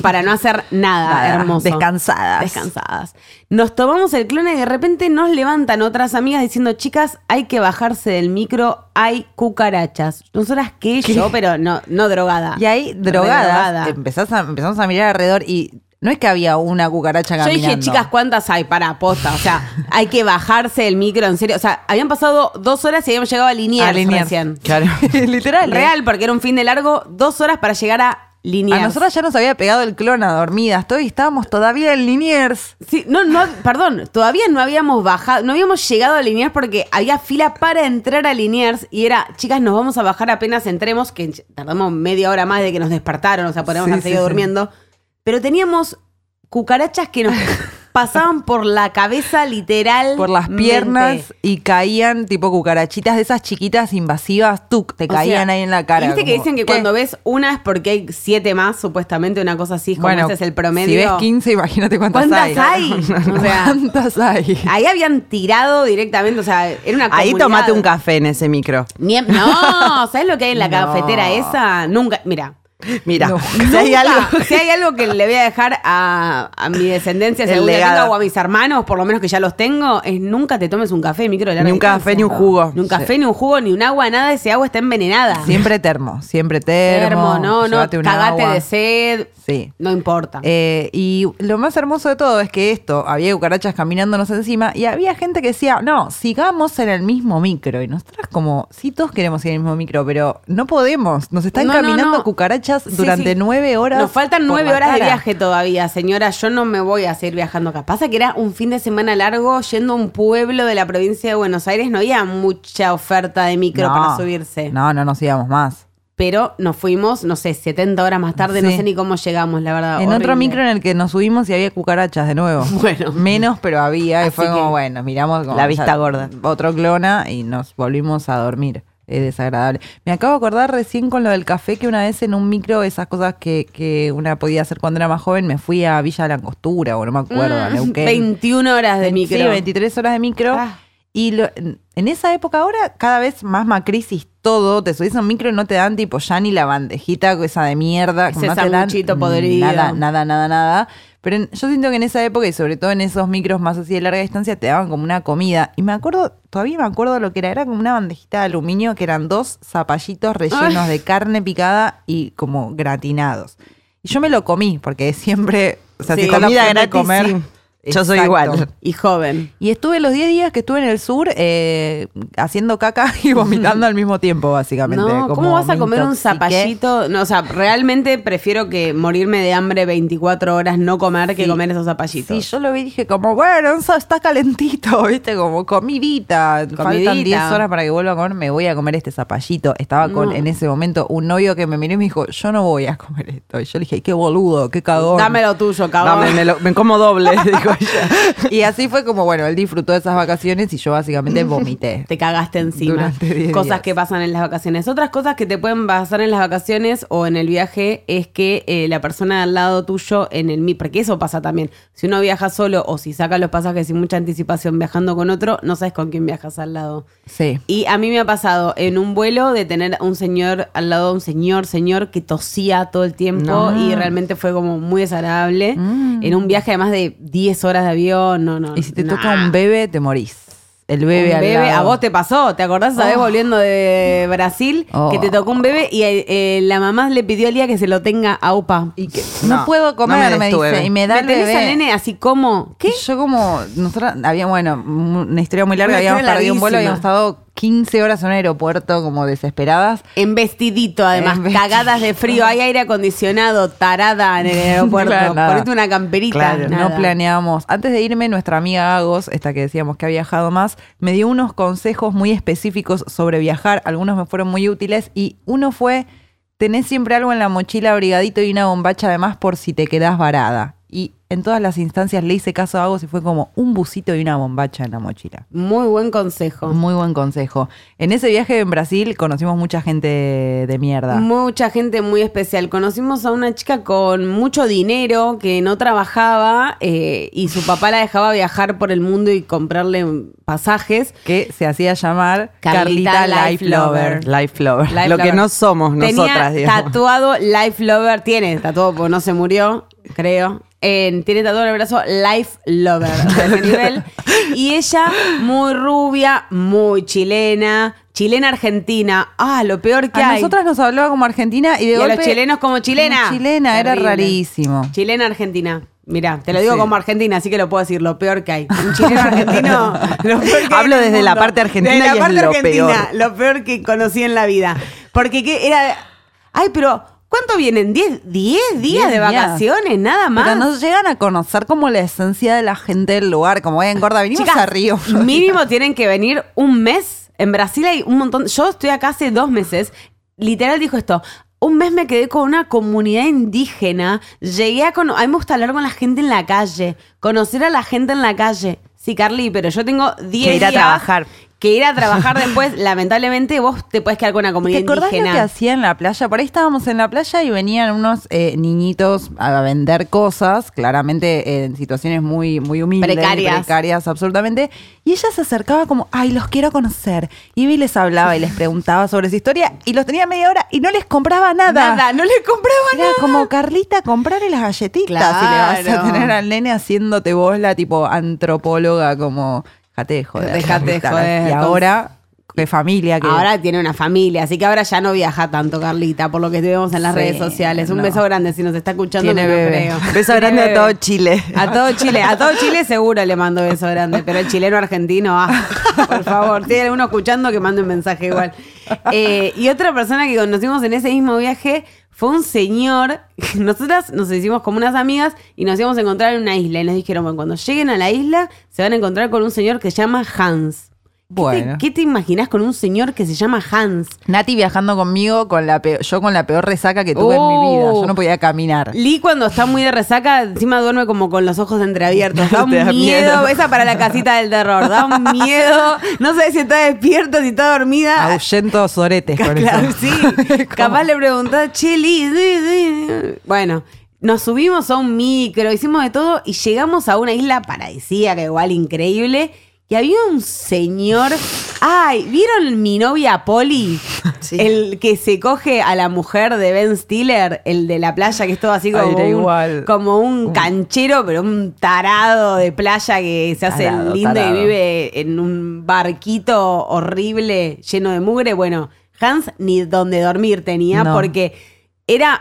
[SPEAKER 2] para no hacer nada,
[SPEAKER 1] Nada,
[SPEAKER 2] hermoso.
[SPEAKER 1] descansadas.
[SPEAKER 2] Descansadas. Nos tomamos el clona y de repente nos levantan otras amigas diciendo, chicas, hay que bajarse del micro, hay cucarachas. Nosotras, ¿qué? Yo, pero no, no drogada.
[SPEAKER 1] Y ahí,
[SPEAKER 2] Re
[SPEAKER 1] drogadas, eh, empezás a- empezamos a mirar alrededor y no es que había una cucaracha
[SPEAKER 2] Yo
[SPEAKER 1] caminando.
[SPEAKER 2] dije, chicas, ¿cuántas hay? Para, posta. O sea, hay que bajarse del micro, en serio. O sea, habían pasado dos horas y habíamos llegado a Liniers,
[SPEAKER 1] A Liniers.
[SPEAKER 2] recién.
[SPEAKER 1] Claro. Literal. ¿eh?
[SPEAKER 2] Real, porque era un fin de largo, dos horas para llegar a Liniers.
[SPEAKER 1] A nosotras ya nos había pegado el clona dormidas, todo, y estábamos todavía en Liniers.
[SPEAKER 2] Sí, no, no, perdón, todavía no habíamos bajado, no habíamos llegado a Liniers porque había fila para entrar a Liniers y era, chicas, nos vamos a bajar apenas entremos, que tardamos media hora más de que nos despertaron, o sea, podríamos
[SPEAKER 1] Sí,
[SPEAKER 2] haber
[SPEAKER 1] sí,
[SPEAKER 2] seguido
[SPEAKER 1] sí.
[SPEAKER 2] durmiendo. Pero teníamos cucarachas que nos pasaban por la cabeza literal.
[SPEAKER 1] Por las piernas y caían tipo cucarachitas de esas chiquitas invasivas, tuk, te
[SPEAKER 2] O sea,
[SPEAKER 1] caían ahí en la cara.
[SPEAKER 2] Viste que
[SPEAKER 1] como,
[SPEAKER 2] dicen que
[SPEAKER 1] ¿qué?
[SPEAKER 2] cuando ves una es porque hay siete más, supuestamente, una cosa así, es como
[SPEAKER 1] Bueno,
[SPEAKER 2] ese es el promedio.
[SPEAKER 1] Si ves 15, imagínate cuántas,
[SPEAKER 2] ¿Cuántas
[SPEAKER 1] hay.
[SPEAKER 2] hay? O sea-
[SPEAKER 1] ¿Cuántas hay?
[SPEAKER 2] Ahí habían tirado directamente, o sea, era una
[SPEAKER 3] Ahí
[SPEAKER 2] comunidad.
[SPEAKER 3] tomate un café en ese micro.
[SPEAKER 2] Ni en- no, ¿sabes lo que hay en la
[SPEAKER 3] No.
[SPEAKER 2] cafetera esa? Nunca, mira.
[SPEAKER 3] Mira,
[SPEAKER 1] No.
[SPEAKER 3] si hay
[SPEAKER 2] nunca-
[SPEAKER 3] algo.
[SPEAKER 2] si hay algo que le voy a dejar a, a mi descendencia, si
[SPEAKER 3] El
[SPEAKER 2] alguna
[SPEAKER 3] legado.
[SPEAKER 2] tengo, o a mis hermanos, por lo menos que ya los tengo, es nunca te tomes un café de micro de larga
[SPEAKER 3] Ni un café, ni un jugo.
[SPEAKER 2] Ni un café, ni un jugo, ni un agua, nada. Ese agua está envenenada.
[SPEAKER 1] Siempre termo, siempre termo.
[SPEAKER 2] Termo, no, no,
[SPEAKER 1] llévate un
[SPEAKER 2] cagate
[SPEAKER 1] agua.
[SPEAKER 2] de sed.
[SPEAKER 1] Sí.
[SPEAKER 2] No importa.
[SPEAKER 1] Eh, y lo más hermoso de todo es que esto, había cucarachas caminándonos encima y había gente que decía, no, sigamos en el mismo micro. Y nosotras como, sí, todos queremos ir en el mismo micro, pero no podemos. Nos están
[SPEAKER 2] No, no,
[SPEAKER 1] caminando
[SPEAKER 2] no.
[SPEAKER 1] cucarachas
[SPEAKER 2] Sí,
[SPEAKER 1] durante
[SPEAKER 2] sí.
[SPEAKER 1] nueve horas.
[SPEAKER 2] Nos faltan
[SPEAKER 1] por
[SPEAKER 2] nueve
[SPEAKER 1] la
[SPEAKER 2] horas de
[SPEAKER 1] cara.
[SPEAKER 2] viaje todavía, señora. Yo no me voy a seguir viajando acá. Pasa que era un fin de semana largo yendo a un pueblo de la provincia de Buenos Aires. No había mucha oferta de micro
[SPEAKER 1] No,
[SPEAKER 2] para subirse.
[SPEAKER 1] No, no nos íbamos más.
[SPEAKER 2] Pero nos fuimos, no sé, 70 horas más tarde. No
[SPEAKER 1] Sí.
[SPEAKER 2] sé ni cómo llegamos, la verdad.
[SPEAKER 1] en otro
[SPEAKER 2] horrible. Mm,
[SPEAKER 1] micro en el que nos subimos y había cucarachas de nuevo.
[SPEAKER 2] Bueno.
[SPEAKER 1] Menos, pero había. Y fue
[SPEAKER 2] Así
[SPEAKER 1] como,
[SPEAKER 2] que-
[SPEAKER 1] bueno, miramos como
[SPEAKER 3] La vista gorda.
[SPEAKER 1] Otro clona y nos volvimos a dormir. Es desagradable. Me acabo de acordar recién con lo del café que una vez en un micro, esas cosas que, que una podía hacer cuando era más joven, me fui a Villa de Langostura o no me acuerdo,
[SPEAKER 2] Mm,
[SPEAKER 1] a Neuquén.
[SPEAKER 2] 21 horas de micro.
[SPEAKER 1] Sí, 23 horas de micro.
[SPEAKER 2] Ah.
[SPEAKER 1] Y lo- en en esa época ahora, cada vez más macrisis todo, te subís a un micro y no te dan tipo ya ni la bandejita esa de mierda.
[SPEAKER 2] Ese
[SPEAKER 1] no te dan
[SPEAKER 2] sanguchito podrido.
[SPEAKER 1] Nada, nada, nada, nada. Pero en- yo siento que en esa época y sobre todo en esos micros más así de larga distancia te daban como una comida. Y me acuerdo, todavía me acuerdo lo que era, era como una bandejita de aluminio que eran dos zapallitos rellenos de carne picada y como gratinados. Y yo me lo comí porque siempre, o sea,
[SPEAKER 2] Sí.
[SPEAKER 1] si te dan la
[SPEAKER 3] Comida
[SPEAKER 1] opción de
[SPEAKER 3] gratis, sí. Yo soy igual.
[SPEAKER 2] Y joven.
[SPEAKER 1] y estuve los 10 días que estuve en el sur eh, haciendo caca y vomitando al mismo tiempo, básicamente.
[SPEAKER 2] No,
[SPEAKER 1] Como
[SPEAKER 2] ¿cómo vas a
[SPEAKER 1] me
[SPEAKER 2] comer un
[SPEAKER 1] intoxiqué.
[SPEAKER 2] zapallito? No, o sea, realmente prefiero que morirme de hambre 24 horas no comer que
[SPEAKER 1] Sí.
[SPEAKER 2] comer esos zapallitos.
[SPEAKER 1] Sí, yo lo vi y dije como, bueno, eso está calentito, ¿viste? Como comidita. Faltan
[SPEAKER 2] Comidita.
[SPEAKER 1] 10 horas para que vuelva a comer, me voy a comer este zapallito. Estaba con
[SPEAKER 2] No.
[SPEAKER 1] en ese momento un novio que me miró y me dijo, yo no voy a comer esto. Y yo le dije, qué boludo, qué cagón.
[SPEAKER 2] Dame lo tuyo, cabrón.
[SPEAKER 3] Dame, me, lo- me como doble, dijo ella.
[SPEAKER 1] Y así fue como, bueno, él disfrutó de esas vacaciones y yo básicamente vomité.
[SPEAKER 2] te cagaste encima.
[SPEAKER 1] Durante 10
[SPEAKER 2] Cosas
[SPEAKER 1] días.
[SPEAKER 2] que pasan en las vacaciones. Otras cosas que te pueden pasar en las vacaciones o en el viaje es que eh, la persona al lado tuyo en el mi, porque eso pasa también. Si uno viaja solo o si saca los pasajes sin mucha anticipación viajando con otro, no sabes con quién viajas al lado.
[SPEAKER 1] Sí.
[SPEAKER 2] Y a mí me ha pasado en un vuelo de tener un señor al lado, un señor, señor que tosía todo el tiempo y realmente fue como muy desagradable. En un viaje además de 10 horas de avión, no, no.
[SPEAKER 1] Mm. Y si te
[SPEAKER 2] nah.
[SPEAKER 1] toca un bebé, te morís. El bebé
[SPEAKER 2] Un
[SPEAKER 1] al
[SPEAKER 2] bebé,
[SPEAKER 1] lado.
[SPEAKER 2] a vos te pasó, ¿te acordás esa vez volviendo de Brasil?
[SPEAKER 1] Oh.
[SPEAKER 2] Que te tocó un bebé y eh, eh, la mamá le pidió al día que se lo tenga a UPA.
[SPEAKER 1] Y que, no,
[SPEAKER 3] No,
[SPEAKER 1] puedo
[SPEAKER 3] no
[SPEAKER 1] comer,
[SPEAKER 3] me
[SPEAKER 1] me,
[SPEAKER 3] destuve.
[SPEAKER 1] dice. Y me da
[SPEAKER 2] ¿Me
[SPEAKER 1] el
[SPEAKER 2] tenés
[SPEAKER 1] bebé.
[SPEAKER 2] al nene así como? ¿Qué?
[SPEAKER 1] Y yo como, nosotros había, bueno, m- una historia muy larga,
[SPEAKER 2] Una
[SPEAKER 1] habíamos
[SPEAKER 2] historia
[SPEAKER 1] perdido un vuelo, habíamos
[SPEAKER 2] larguísima.
[SPEAKER 1] estado 15 horas en un aeropuerto como desesperadas.
[SPEAKER 2] En vestidito, además,
[SPEAKER 1] En vestidito.
[SPEAKER 2] cagadas de frío, hay aire acondicionado, tarada en el aeropuerto.
[SPEAKER 1] Claro, nada.
[SPEAKER 2] Ponete una camperita.
[SPEAKER 1] No
[SPEAKER 2] nada.
[SPEAKER 1] planeábamos. Antes de irme, nuestra amiga Agos, esta que decíamos que ha viajado más, me dio unos consejos muy específicos sobre viajar. Algunos me fueron muy útiles y uno fue Tenés siempre algo en la mochila abrigadito y una bombacha además por si te quedás varada. Y en todas las instancias le hice caso a Agos y fue como un busito y una bombacha en la mochila.
[SPEAKER 2] Muy buen consejo.
[SPEAKER 1] Muy buen consejo. En ese viaje en Brasil conocimos mucha gente de mierda.
[SPEAKER 2] Mucha gente muy especial. Conocimos a una chica con mucho dinero que no trabajaba eh, y su papá la dejaba viajar por el mundo y comprarle pasajes.
[SPEAKER 1] que se hacía llamar
[SPEAKER 2] Carlita
[SPEAKER 1] Carlita,
[SPEAKER 2] Life
[SPEAKER 1] Life
[SPEAKER 2] Lover.
[SPEAKER 1] Lover. Life Lover.
[SPEAKER 2] Life
[SPEAKER 3] Lo
[SPEAKER 2] Lover.
[SPEAKER 3] que no somos
[SPEAKER 2] Tenía
[SPEAKER 3] nosotras, digamos.
[SPEAKER 2] tatuado Life Lover. Tiene tatuado porque no se murió, creo. En- tiene tatuado en el brazo Life Lover. o sea, ese nivel. Y ella, muy rubia, muy chilena, chilena-argentina. Ah, lo peor que
[SPEAKER 1] a
[SPEAKER 2] hay.
[SPEAKER 1] nosotras nos hablaba como argentina y de
[SPEAKER 2] y a
[SPEAKER 1] golpe-
[SPEAKER 2] los chilenos como chilena.
[SPEAKER 1] como chilena, era
[SPEAKER 2] Terrible.
[SPEAKER 1] rarísimo.
[SPEAKER 2] Chilena argentina. Mira, te lo digo
[SPEAKER 1] Sí.
[SPEAKER 2] como argentina, así que lo puedo decir, lo peor que hay. Un chileno argentino. lo peor que hay
[SPEAKER 3] Hablo
[SPEAKER 2] en el
[SPEAKER 3] desde la
[SPEAKER 2] mundo.
[SPEAKER 3] parte argentina
[SPEAKER 2] Desde la
[SPEAKER 3] y es
[SPEAKER 2] parte
[SPEAKER 3] lo
[SPEAKER 2] argentina,
[SPEAKER 3] peor.
[SPEAKER 2] lo peor que conocí en la vida. Porque que era Ay, pero ¿cuánto vienen? ¿10 10 días
[SPEAKER 1] Diez
[SPEAKER 2] de
[SPEAKER 1] días.
[SPEAKER 2] vacaciones, nada más.
[SPEAKER 1] Pero nos llegan a conocer como la esencia de la gente del lugar, como en gorda, vinimos
[SPEAKER 2] Chicas,
[SPEAKER 1] a Río. Florida".
[SPEAKER 2] Mínimo tienen que venir un mes. En Brasil hay un montón. Yo estoy acá hace dos meses. Literal dijo esto. Un mes me quedé con una comunidad indígena. Llegué a conocer. A mí me gusta hablar con la gente en la calle. Conocer a la gente en la calle. Sí, Carly, pero yo tengo 10
[SPEAKER 3] Que ir a
[SPEAKER 2] días
[SPEAKER 3] trabajar.
[SPEAKER 2] Que ir a trabajar después. Lamentablemente, vos te puedes quedar con una
[SPEAKER 1] ¿Te
[SPEAKER 2] comunidad
[SPEAKER 1] acordás lo que
[SPEAKER 2] indígena.
[SPEAKER 1] hacía en la playa? Por ahí estábamos en la playa y venían unos eh, niñitos a vender cosas, claramente en situaciones muy, muy humildes,
[SPEAKER 2] Precarias.
[SPEAKER 1] precarias, absolutamente. Y ella se acercaba como, ay, los quiero conocer. Iba Y les hablaba y les preguntaba sobre su historia y los tenía media hora y no les compraba nada.
[SPEAKER 2] Nada, no le compraba
[SPEAKER 1] Era
[SPEAKER 2] nada.
[SPEAKER 1] como Carlita, comprarle las galletitas y le vas
[SPEAKER 2] Claro.
[SPEAKER 1] a tener al nene haciéndote vos la tipo antropóloga como jate de joder.
[SPEAKER 2] Dejate de
[SPEAKER 1] Carlita,
[SPEAKER 2] joder,
[SPEAKER 1] Y
[SPEAKER 2] con-
[SPEAKER 1] ahora, qué familia que
[SPEAKER 2] Ahora tiene una familia, así que ahora ya no viaja tanto, Carlita, por lo que vemos en las
[SPEAKER 1] Sí,
[SPEAKER 2] redes sociales. Un
[SPEAKER 1] no.
[SPEAKER 2] beso grande si nos está escuchando.
[SPEAKER 1] Tiene
[SPEAKER 2] que no
[SPEAKER 1] bebé.
[SPEAKER 2] creo.
[SPEAKER 3] Beso
[SPEAKER 2] Tiene
[SPEAKER 3] grande a
[SPEAKER 2] bebé.
[SPEAKER 3] todo Chile.
[SPEAKER 2] A todo Chile, a todo Chile seguro le mando beso grande, pero el chileno argentino, ah, por favor, si hay alguno escuchando que mande un mensaje igual. Eh, y otra persona que conocimos en ese mismo viaje fue un señor, nosotras nos hicimos como unas amigas y nos íbamos a encontrar en una isla y nos dijeron, bueno, cuando lleguen a la isla se van a encontrar con un señor que se llama Hans.
[SPEAKER 1] Bueno.
[SPEAKER 2] ¿Qué te imaginas con un señor que se llama Hans?
[SPEAKER 1] Nati viajando conmigo con la peor, yo con la peor resaca que tuve en mi vida. Yo no podía caminar.
[SPEAKER 2] Lee cuando está muy de resaca, encima duerme como con los ojos entreabiertos. Da un
[SPEAKER 3] Te da
[SPEAKER 2] miedo.
[SPEAKER 3] miedo.
[SPEAKER 2] Esa para la casita del terror. Da un miedo. No sé si está despierto, si está dormida.
[SPEAKER 1] Ahuyento soretes con
[SPEAKER 2] Claro,
[SPEAKER 1] eso.
[SPEAKER 2] sí. Capaz le preguntás, che, Lee, sí, sí". Bueno, nos subimos a un micro, hicimos de todo y llegamos a una isla paradisíaca, igual increíble. Y había un señor. Ay, ¿vieron mi novia Polly?
[SPEAKER 3] Sí.
[SPEAKER 2] El que se coge a la mujer de Ben Stiller, el de la playa, que es todo
[SPEAKER 1] Ay,
[SPEAKER 2] así como,
[SPEAKER 1] era
[SPEAKER 2] un,
[SPEAKER 1] igual.
[SPEAKER 2] como un canchero, pero un tarado de playa que se hace
[SPEAKER 1] Tarado,
[SPEAKER 2] el lindo
[SPEAKER 1] tarado.
[SPEAKER 2] y vive en un barquito horrible lleno de mugre. Bueno, Hans ni donde dormir tenía
[SPEAKER 1] No.
[SPEAKER 2] porque era,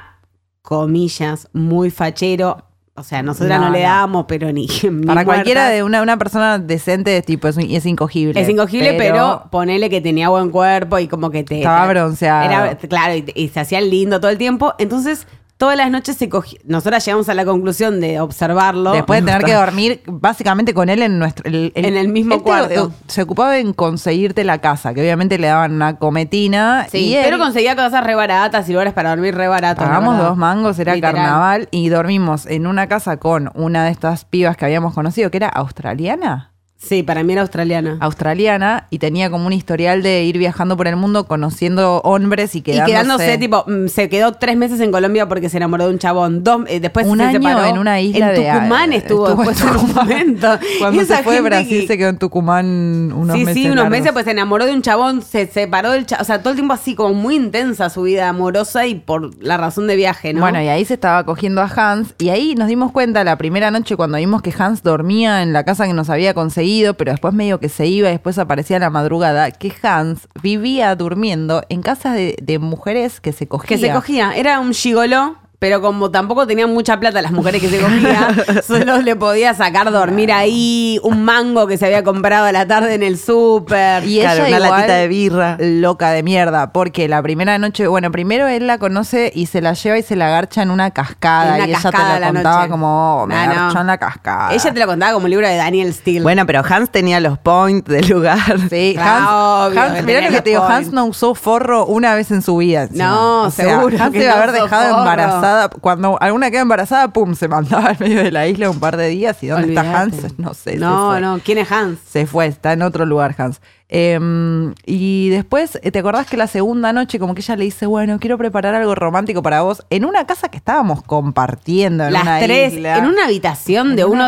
[SPEAKER 2] comillas, muy fachero. O sea, nosotras no,
[SPEAKER 1] No,
[SPEAKER 2] le
[SPEAKER 1] no.
[SPEAKER 2] dábamos, pero ni, ni
[SPEAKER 1] Para cualquiera
[SPEAKER 2] muertas.
[SPEAKER 1] de una, una persona decente es tipo, es, es incogible.
[SPEAKER 2] Es incogible, pero, ponele que tenía buen cuerpo y como que te.
[SPEAKER 1] Estaba
[SPEAKER 2] te-
[SPEAKER 1] bronceado.
[SPEAKER 2] Era, claro, y, y se hacía lindo todo el tiempo. Entonces, todas las noches se cogía. Nosotras llegamos a la conclusión de observarlo.
[SPEAKER 1] Después de tener que dormir básicamente con él en nuestro
[SPEAKER 2] En el mismo
[SPEAKER 1] él te-
[SPEAKER 2] cuarto.
[SPEAKER 1] se ocupaba en conseguirte la casa, que obviamente le daban una cometina.
[SPEAKER 2] Sí,
[SPEAKER 1] y él-
[SPEAKER 2] pero conseguía cosas re baratas y lugares para dormir re baratos. la
[SPEAKER 1] Pagamos
[SPEAKER 2] verdad.
[SPEAKER 1] dos mangos, era
[SPEAKER 2] Literal.
[SPEAKER 1] carnaval y dormimos en una casa con una de estas pibas que habíamos conocido, que era australiana.
[SPEAKER 2] Sí, para mí era australiana.
[SPEAKER 1] Ah, Australiana y tenía como un historial de ir viajando por el mundo conociendo hombres y
[SPEAKER 2] Y
[SPEAKER 1] quedándose.
[SPEAKER 2] quedándose, tipo, mm, se quedó tres meses en Colombia porque se enamoró de un chabón. Dos, eh, después
[SPEAKER 1] Un
[SPEAKER 2] se
[SPEAKER 1] año
[SPEAKER 2] separó.
[SPEAKER 1] en una isla
[SPEAKER 2] en
[SPEAKER 1] de-
[SPEAKER 2] Tucumán estuvo,
[SPEAKER 1] estuvo en
[SPEAKER 2] después en un
[SPEAKER 1] Tucumán.
[SPEAKER 2] momento.
[SPEAKER 1] Cuando
[SPEAKER 2] Esa
[SPEAKER 1] se fue de
[SPEAKER 2] gente
[SPEAKER 1] Brasil
[SPEAKER 2] que-
[SPEAKER 1] se quedó en Tucumán unos
[SPEAKER 2] sí,
[SPEAKER 1] meses.
[SPEAKER 2] sí, unos
[SPEAKER 1] largos.
[SPEAKER 2] meses, pues se enamoró de un chabón, se separó del chabón. O sea, todo el tiempo así, como muy intensa su vida amorosa y por la razón de viaje, ¿no?
[SPEAKER 1] Bueno, y ahí se estaba cogiendo a Hans y ahí nos dimos cuenta la primera noche cuando vimos que Hans dormía en la casa que nos había conseguido, pero después medio que se iba y después aparecía a la madrugada, que Hans vivía durmiendo en casas de, de mujeres que se cogía.
[SPEAKER 2] que se cogía. Era un gigoló Pero como tampoco tenían mucha plata las mujeres que se cogía, solo le podía sacar dormir ahí un mango que se había comprado a la tarde en el súper.
[SPEAKER 1] Y
[SPEAKER 3] Claro,
[SPEAKER 1] ella
[SPEAKER 3] una
[SPEAKER 1] igual,
[SPEAKER 3] latita de birra.
[SPEAKER 1] Loca de mierda, porque la primera noche, bueno, primero él la conoce y se la lleva y se la garcha en una cascada.
[SPEAKER 2] En una
[SPEAKER 1] y
[SPEAKER 2] cascada
[SPEAKER 1] ella te
[SPEAKER 2] la
[SPEAKER 1] lo contaba
[SPEAKER 2] noche.
[SPEAKER 1] como, oh, me
[SPEAKER 2] No, no.
[SPEAKER 1] garchó en la cascada.
[SPEAKER 2] Ella te lo contaba como un libro de Daniel Steele.
[SPEAKER 3] Bueno, pero Hans tenía los points del lugar.
[SPEAKER 1] Sí,
[SPEAKER 2] Ah,
[SPEAKER 1] Hans,
[SPEAKER 2] obvio,
[SPEAKER 1] Hans-
[SPEAKER 2] que
[SPEAKER 1] mirá
[SPEAKER 2] tenía
[SPEAKER 1] lo que
[SPEAKER 2] los
[SPEAKER 1] te digo,
[SPEAKER 2] points.
[SPEAKER 1] Hans no usó forro una vez en su vida. encima.
[SPEAKER 2] No,
[SPEAKER 1] O sea,
[SPEAKER 2] seguro
[SPEAKER 1] Hans
[SPEAKER 2] que
[SPEAKER 1] debe
[SPEAKER 2] no
[SPEAKER 1] haber
[SPEAKER 2] usó
[SPEAKER 1] dejado
[SPEAKER 2] forro.
[SPEAKER 1] embarazada. Cuando alguna queda embarazada, pum, se mandaba al medio de la isla un par de días. ¿Y dónde está
[SPEAKER 2] Olvídate.
[SPEAKER 1] Hans? No sé. se
[SPEAKER 2] No,
[SPEAKER 1] fue.
[SPEAKER 2] no, ¿quién es Hans?
[SPEAKER 1] Se fue, está en otro lugar, Hans. Em, y después, eh, ¿te acordás que la segunda noche, como que ella le dice, bueno, quiero preparar algo romántico para vos? En una casa que estábamos compartiendo, en una
[SPEAKER 2] Las tres,
[SPEAKER 1] isla.
[SPEAKER 2] en una habitación de
[SPEAKER 1] En
[SPEAKER 2] un
[SPEAKER 1] una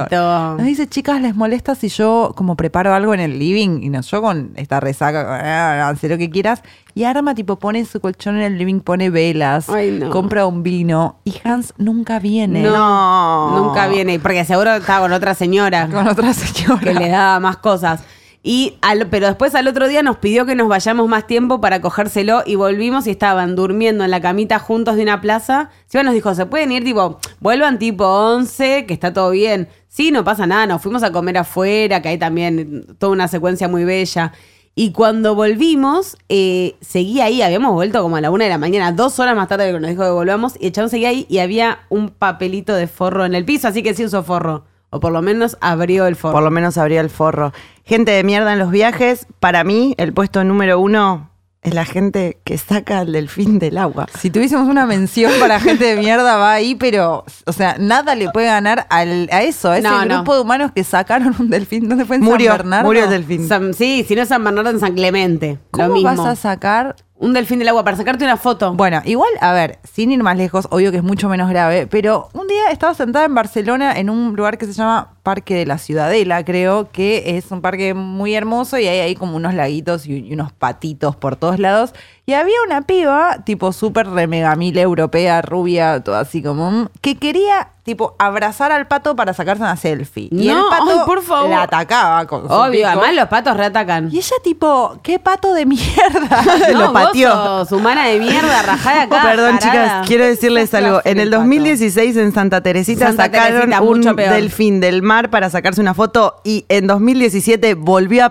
[SPEAKER 1] habitación. Nos dice, chicas, ¿les molesta si yo como preparo algo en el living? Y nos yo con esta resaca, con, "Ah, haz lo que quieras. Y Arma tipo pone su colchón en el living, pone velas,
[SPEAKER 2] Ay, no.
[SPEAKER 1] compra un vino y Hans nunca viene.
[SPEAKER 2] No, nunca viene. Porque seguro estaba con otra señora
[SPEAKER 1] Con otra señora.
[SPEAKER 2] que le daba más cosas. Y al- pero después al otro día nos pidió que nos vayamos más tiempo para cogérselo y volvimos y estaban durmiendo en la camita juntos de una plaza. Silva nos dijo, ¿se pueden ir? Tipo, vuelvan tipo 11, que está todo bien. Sí, no pasa nada, nos fuimos a comer afuera, que hay también toda una secuencia muy bella. Y cuando volvimos, eh, seguía ahí, habíamos vuelto como a la una de la mañana, dos horas más tarde de que nos dijo que volvamos, y el chabón seguía ahí y había un papelito de forro en el piso, así que sí usó forro. O por lo menos abrió el forro.
[SPEAKER 3] Por lo menos abría el forro. Gente de mierda en los viajes. Para mí, el puesto número uno es la gente que saca al delfín del agua.
[SPEAKER 1] Si tuviésemos una mención para gente de mierda, va ahí, pero, o sea, nada le puede ganar al- a eso, a ese
[SPEAKER 2] No, no.
[SPEAKER 1] grupo de humanos que sacaron un delfín. ¿Dónde fue en
[SPEAKER 3] Murió,
[SPEAKER 1] San Bernardo?
[SPEAKER 3] murió el delfín.
[SPEAKER 2] San- sí, si no es San Bernardo en San Clemente. lo
[SPEAKER 1] ¿Cómo
[SPEAKER 2] mismo.
[SPEAKER 1] vas a sacar?
[SPEAKER 2] Un delfín del agua para sacarte una foto.
[SPEAKER 1] Bueno, igual, a ver, sin ir más lejos, obvio que es mucho menos grave, pero un día estaba sentada en Barcelona en un lugar que se llama Parque de la Ciudadela, creo, que es un parque muy hermoso y hay ahí como unos laguitos y, y unos patitos por todos lados. Y había una piba, tipo súper remegamil europea, rubia, todo así como, mm, que quería, tipo, abrazar al pato para sacarse una selfie. y el
[SPEAKER 2] No,
[SPEAKER 1] pato
[SPEAKER 2] ay, por favor.
[SPEAKER 1] la atacaba con su
[SPEAKER 2] Obvio,
[SPEAKER 1] pico.
[SPEAKER 2] además los patos reatacan.
[SPEAKER 1] Y ella, tipo, qué pato de mierda.
[SPEAKER 2] No,
[SPEAKER 3] lo
[SPEAKER 2] vos
[SPEAKER 3] pateó.
[SPEAKER 2] sos humana de mierda, rajada acá.
[SPEAKER 3] Oh, Perdón,
[SPEAKER 2] tarada.
[SPEAKER 3] chicas, quiero decirles
[SPEAKER 2] Esa
[SPEAKER 3] algo.
[SPEAKER 2] clase
[SPEAKER 3] En
[SPEAKER 2] de
[SPEAKER 3] el
[SPEAKER 2] pato.
[SPEAKER 3] 2016 en Santa Teresita
[SPEAKER 2] Santa
[SPEAKER 3] sacaron
[SPEAKER 2] Teresita,
[SPEAKER 3] un
[SPEAKER 2] mucho peor.
[SPEAKER 3] delfín del mar para sacarse una foto y en 2017 volvió a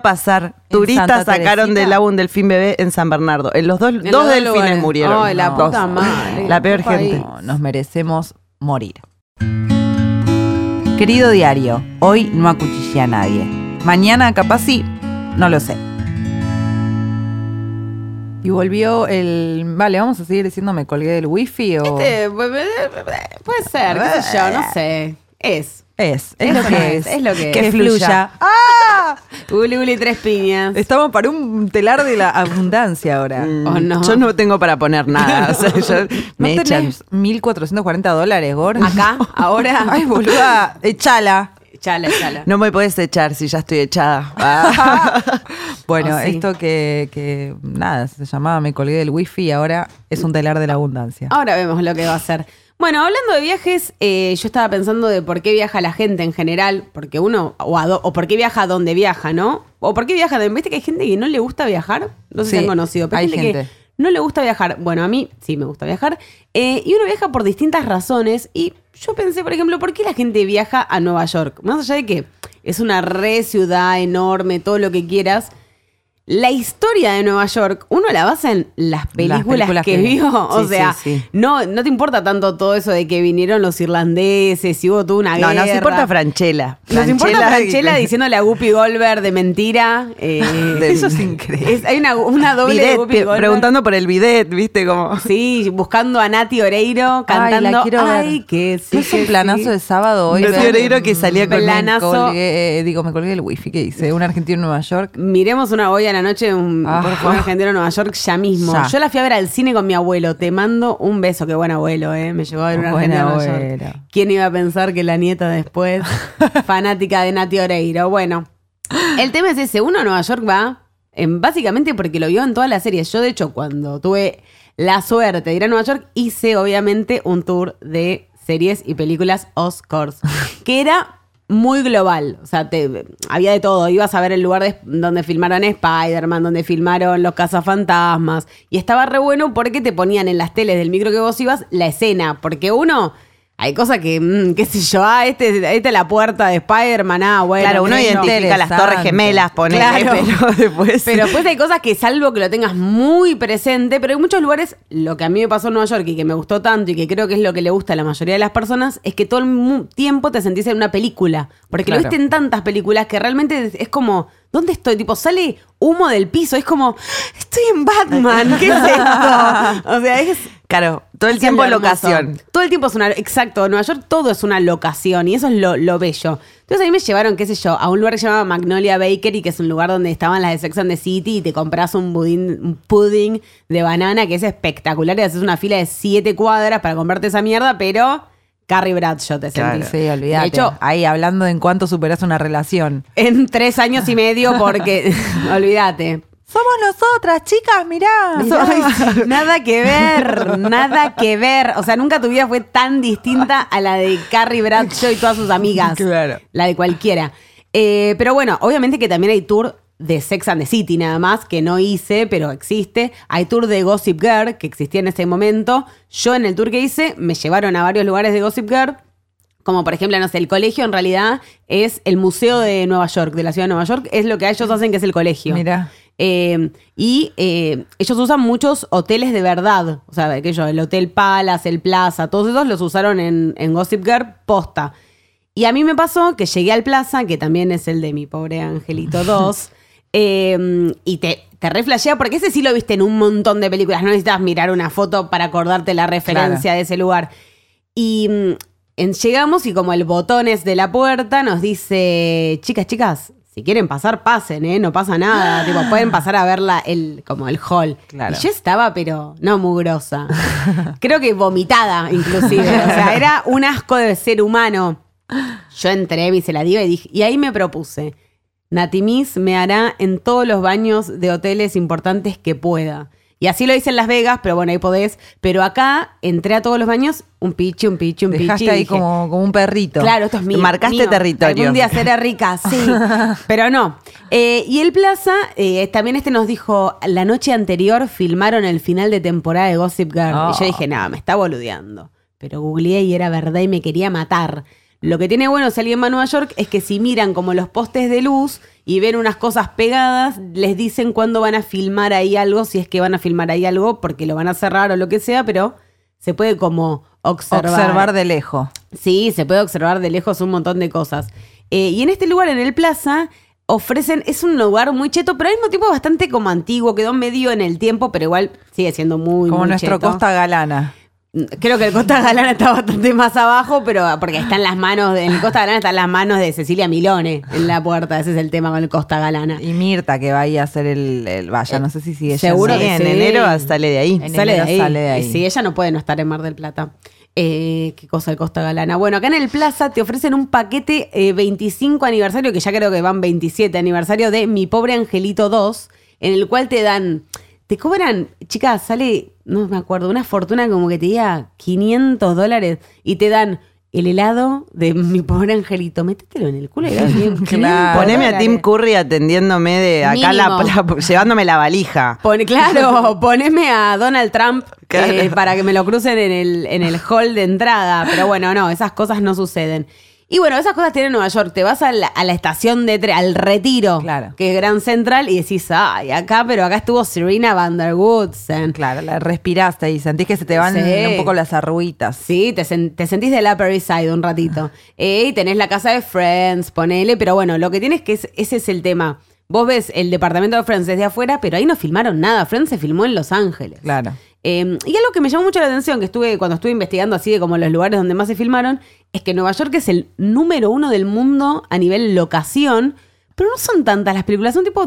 [SPEAKER 1] ¿En
[SPEAKER 3] pasar. Turistas
[SPEAKER 1] Santa
[SPEAKER 3] sacaron
[SPEAKER 1] Teresita?
[SPEAKER 3] del agua un delfín bebé en San Bernardo. En los dos, dos
[SPEAKER 2] los dos
[SPEAKER 3] delfines
[SPEAKER 2] lugares.
[SPEAKER 3] murieron.
[SPEAKER 2] Ay, la
[SPEAKER 3] Dos.
[SPEAKER 2] puta madre.
[SPEAKER 3] La peor
[SPEAKER 2] País.
[SPEAKER 3] gente.
[SPEAKER 1] No, nos merecemos morir. Querido diario, hoy no acuchillé a nadie. Mañana capaz sí, no lo sé. Y volvió el... Vale, vamos a seguir diciendo me colgué del wifi o...
[SPEAKER 2] Este, puede ser, qué sé yo, no sé. Es.
[SPEAKER 1] Es, es lo
[SPEAKER 2] Eso
[SPEAKER 1] que
[SPEAKER 2] es,
[SPEAKER 1] es.
[SPEAKER 2] es lo que
[SPEAKER 1] que
[SPEAKER 2] es.
[SPEAKER 1] fluya. ¡Ah!
[SPEAKER 2] Uli, uli, tres piñas.
[SPEAKER 1] Estamos para un telar de la abundancia ahora.
[SPEAKER 2] ¿O Oh, no?
[SPEAKER 3] Yo no tengo para poner nada. O sea, yo-
[SPEAKER 1] ¿No
[SPEAKER 3] me echan.
[SPEAKER 1] tenés 1.440 dólares, Gor?
[SPEAKER 2] Acá, ahora.
[SPEAKER 1] Ay, boluda, echala.
[SPEAKER 2] Chala, chala.
[SPEAKER 3] No me podés echar si ya estoy echada.
[SPEAKER 1] Bueno,
[SPEAKER 2] Ah, sí.
[SPEAKER 1] esto que, que, nada, se llamaba Me colgué del wifi y ahora es un telar de la abundancia.
[SPEAKER 2] Ahora vemos lo que va a hacer. Bueno, hablando de viajes, eh, yo estaba pensando de por qué viaja la gente en general, porque uno, o, a do- o por qué viaja a donde viaja, ¿no? O por qué viaja, de- viste que hay gente que no le gusta viajar, no sé si
[SPEAKER 1] Sí,
[SPEAKER 2] han conocido, pero hay
[SPEAKER 1] hay
[SPEAKER 2] gente, que
[SPEAKER 1] gente.
[SPEAKER 2] no le gusta viajar. Bueno, a mí sí me gusta viajar. Eh, y uno viaja por distintas razones. Y yo pensé, por ejemplo, ¿por qué la gente viaja a Nueva York? Más allá de que es una re ciudad enorme, todo lo que quieras. La historia de Nueva York, uno la basa en las películas,
[SPEAKER 1] películas
[SPEAKER 2] que,
[SPEAKER 1] que-
[SPEAKER 2] vio. o
[SPEAKER 3] Sí,
[SPEAKER 2] sea,
[SPEAKER 3] sí, sí.
[SPEAKER 2] No, no te importa tanto todo eso de que vinieron los irlandeses y hubo toda una
[SPEAKER 3] No,
[SPEAKER 2] guerra.
[SPEAKER 3] nos importa Franchella.
[SPEAKER 2] Nos importa
[SPEAKER 3] Franchella y-
[SPEAKER 2] Franchella diciéndole a Guppy Goldberg de mentira. eh,
[SPEAKER 3] De-
[SPEAKER 1] Eso es increíble.
[SPEAKER 2] es- hay una, una doble de
[SPEAKER 3] Bidet,
[SPEAKER 2] Guppy
[SPEAKER 3] pe-
[SPEAKER 2] Goldberg.
[SPEAKER 3] preguntando por el bidet, ¿viste? Como.
[SPEAKER 2] Sí, buscando a Nati Oreiro cantando.
[SPEAKER 1] Ay, la quiero ver.
[SPEAKER 2] que sí.
[SPEAKER 1] ¿No es un
[SPEAKER 2] que
[SPEAKER 1] planazo
[SPEAKER 2] sí".
[SPEAKER 1] de sábado hoy?
[SPEAKER 3] Nati
[SPEAKER 1] ver?
[SPEAKER 3] Oreiro que salía con un
[SPEAKER 1] Me
[SPEAKER 2] planazo.
[SPEAKER 1] colgué, eh, digo, me colgué el wifi que dice un argentino en Nueva York.
[SPEAKER 2] Miremos una hoy a la noche, un,
[SPEAKER 1] Ah.
[SPEAKER 2] por favor, argentino en Nueva York ya mismo.
[SPEAKER 1] Ya.
[SPEAKER 2] Yo la fui a ver al cine con mi abuelo. Te mando un beso. Qué buen abuelo, ¿eh? Me llevó a ver una
[SPEAKER 1] Buen
[SPEAKER 2] argentina en Nueva York.
[SPEAKER 1] abuelo.
[SPEAKER 2] ¿Quién iba a pensar que la nieta después, fanática de Nati Oreiro? Bueno, el tema es ese. Uno a Nueva York va, en, básicamente porque lo vio en todas las series. Yo, de hecho, cuando tuve la suerte de ir a Nueva York, hice obviamente un tour de series y películas Oscars, que era muy global. O sea, te- había de todo. Ibas a ver el lugar de- donde filmaron Spider-Man, donde filmaron Los Cazafantasmas. Y estaba re bueno porque te ponían en las teles del micro que vos ibas la escena. Porque uno, hay cosas que, mm, qué sé yo, ah, este, esta es la puerta de Spider-Man, ah, bueno.
[SPEAKER 3] claro, uno
[SPEAKER 2] qué sé yo.
[SPEAKER 3] identifica las
[SPEAKER 1] Interesante.
[SPEAKER 3] torres gemelas, ponele,
[SPEAKER 2] Claro.
[SPEAKER 3] pero después.
[SPEAKER 2] Pero después hay cosas que salvo que lo tengas muy presente, pero en muchos lugares lo que a mí me pasó en Nueva York y que me gustó tanto y que creo que es lo que le gusta a la mayoría de las personas es que todo el mu- tiempo te sentís en una película, porque lo
[SPEAKER 1] Claro.
[SPEAKER 2] viste en tantas películas que realmente es- es como ¿dónde estoy? Tipo sale humo del piso, es como "Ah, estoy en Batman, ¿qué es esto? O sea, es
[SPEAKER 3] claro, todo el
[SPEAKER 2] es
[SPEAKER 3] tiempo
[SPEAKER 2] algo hermoso.
[SPEAKER 3] locación.
[SPEAKER 2] Todo el tiempo es una. Exacto, Nueva York todo es una locación y eso es lo, lo bello. Entonces a mí me llevaron, qué sé yo, a un lugar que se llamaba Magnolia Bakery, que es un lugar donde estaban las de Sex and the City y te compras un budín- un pudding de banana que es espectacular y haces una fila de siete cuadras para comprarte esa mierda, pero Carrie Bradshaw te
[SPEAKER 3] Claro.
[SPEAKER 2] sentís.
[SPEAKER 1] Sí, olvídate.
[SPEAKER 2] De hecho,
[SPEAKER 1] ahí hablando de en cuánto superas una relación.
[SPEAKER 2] en tres años y medio, porque. olvídate.
[SPEAKER 1] Somos nosotras, chicas, mirá.
[SPEAKER 2] Ay, nada que ver, nada que ver. O sea, nunca tu vida fue tan distinta a la de Carrie Bradshaw y todas sus amigas.
[SPEAKER 1] Claro.
[SPEAKER 2] La de cualquiera. Eh, pero bueno, obviamente que también hay tour de Sex and the City nada más, que no hice, pero existe. Hay tour de Gossip Girl, que existía en ese momento. Yo en el tour que hice me llevaron a varios lugares de Gossip Girl. Como por ejemplo, no sé, el colegio en realidad es el museo de Nueva York, de la ciudad de Nueva York, es lo que ellos hacen que es el colegio.
[SPEAKER 1] Mirá.
[SPEAKER 2] Eh, y eh, ellos usan muchos hoteles de verdad. O sea, aquello, el Hotel Palace, el Plaza, todos esos los usaron en, en Gossip Girl posta. Y a mí me pasó que llegué al Plaza, que también es el de mi pobre Angelito 2, eh, y te, te reflashea, porque ese sí lo viste en un montón de películas. No necesitas mirar una foto para acordarte la referencia de ese lugar. Y mm, en- llegamos y como el botón es de la puerta, nos dice, chicas, chicas, si quieren pasar, pasen, ¿eh? No pasa nada. tipo, pueden pasar a verla el, como el hall.
[SPEAKER 1] Claro.
[SPEAKER 2] Y yo estaba, pero no mugrosa. Creo que vomitada, inclusive. O sea, era un asco de ser humano. Yo entré, me hice la diva y, dije, y ahí me propuse. Natimis me hará en todos los baños de hoteles importantes que pueda. Y así lo hice en Las Vegas, pero bueno, ahí podés. Pero acá entré a todos los baños, un pichi, un pichi, un pichi.
[SPEAKER 1] Dejaste
[SPEAKER 2] y
[SPEAKER 1] ahí
[SPEAKER 2] dije,
[SPEAKER 1] como, como un perrito.
[SPEAKER 2] Claro, esto es mío.
[SPEAKER 3] Marcaste
[SPEAKER 2] mío.
[SPEAKER 3] territorio.
[SPEAKER 2] Algún día seré rica, sí. pero no. Eh, y el Plaza, eh, también este nos dijo, la noche anterior filmaron el final de temporada de Gossip Girl.
[SPEAKER 1] Oh.
[SPEAKER 2] Y yo dije, nada, me está boludeando. Pero googleé y era verdad y me quería matar. Lo que tiene bueno si alguien va a Nueva York es que si miran como los postes de luz y ven unas cosas pegadas, les dicen cuándo van a filmar ahí algo, si es que van a filmar ahí algo, porque lo van a cerrar o lo que sea, pero se puede como observar.
[SPEAKER 1] Observar, de lejos.
[SPEAKER 2] Sí, se puede observar de lejos un montón de cosas. Eh, y en este lugar, en el Plaza, ofrecen, es un lugar muy cheto, pero al mismo tiempo bastante como antiguo, quedó medio en el tiempo, pero igual sigue siendo muy,
[SPEAKER 1] como
[SPEAKER 2] muy
[SPEAKER 1] nuestro
[SPEAKER 2] cheto.
[SPEAKER 1] Costa Galana.
[SPEAKER 2] Creo que el Costa Galana está bastante más abajo, pero ah, porque están las manos, de- en el Costa Galana están las manos de Cecilia Milone en la puerta, ese es el tema con el Costa Galana.
[SPEAKER 1] Y Mirta, que va a ir a hacer el, el- vaya, no sé si sigue
[SPEAKER 2] seguro
[SPEAKER 1] yendo.
[SPEAKER 2] que
[SPEAKER 3] en
[SPEAKER 2] sí.
[SPEAKER 3] enero sale de ahí.
[SPEAKER 1] En
[SPEAKER 2] sale,
[SPEAKER 1] enero
[SPEAKER 2] de ahí.
[SPEAKER 1] sale de ahí.
[SPEAKER 2] Y Sí, ella no puede no estar en Mar del Plata. Eh, qué cosa el Costa Galana. Bueno, acá en el Plaza te ofrecen un paquete eh, 25 aniversario, que ya creo que van 27 aniversario de Mi Pobre Angelito 2, en el cual te dan, te cobran, chicas, sale, no me acuerdo, una fortuna como que te diga 500 dólares y te dan el helado de Mi Pobre Angelito. Métetelo en el culo y dale 500
[SPEAKER 1] Claro.
[SPEAKER 3] Poneme a
[SPEAKER 2] dólares.
[SPEAKER 3] Tim Curry atendiéndome de acá, la,
[SPEAKER 2] Ah, Mínimo.
[SPEAKER 3] la- llevándome la valija.
[SPEAKER 2] Pone, claro, poneme a Donald Trump
[SPEAKER 3] Claro.
[SPEAKER 2] eh, para que me lo crucen en el, en el hall de entrada. Pero bueno, no, esas cosas no suceden. Y bueno, esas cosas tienen Nueva York. Te vas a la, a la estación de tren, al retiro,
[SPEAKER 1] Claro.
[SPEAKER 2] que es Grand Central, y decís, ay, acá, pero acá estuvo Serena Van der Woodsen.
[SPEAKER 1] Claro, la respiraste y sentís que se te van
[SPEAKER 2] Sí.
[SPEAKER 1] un poco las arruguitas.
[SPEAKER 2] Sí, te, sen- te sentís del Upper East Side un
[SPEAKER 1] Ah.
[SPEAKER 2] ratito. Eh, y tenés la casa de Friends, ponele, pero bueno, lo que tienes que es, ese es el tema. Vos ves el departamento de Friends desde afuera, pero ahí no filmaron nada. Friends se filmó en Los Ángeles.
[SPEAKER 1] Claro.
[SPEAKER 2] Eh, y algo que me llamó mucho la atención, que estuve cuando estuve investigando así de como los lugares donde más se filmaron, es que Nueva York es el número uno del mundo a nivel locación, Pero no son tantas las películas, son tipo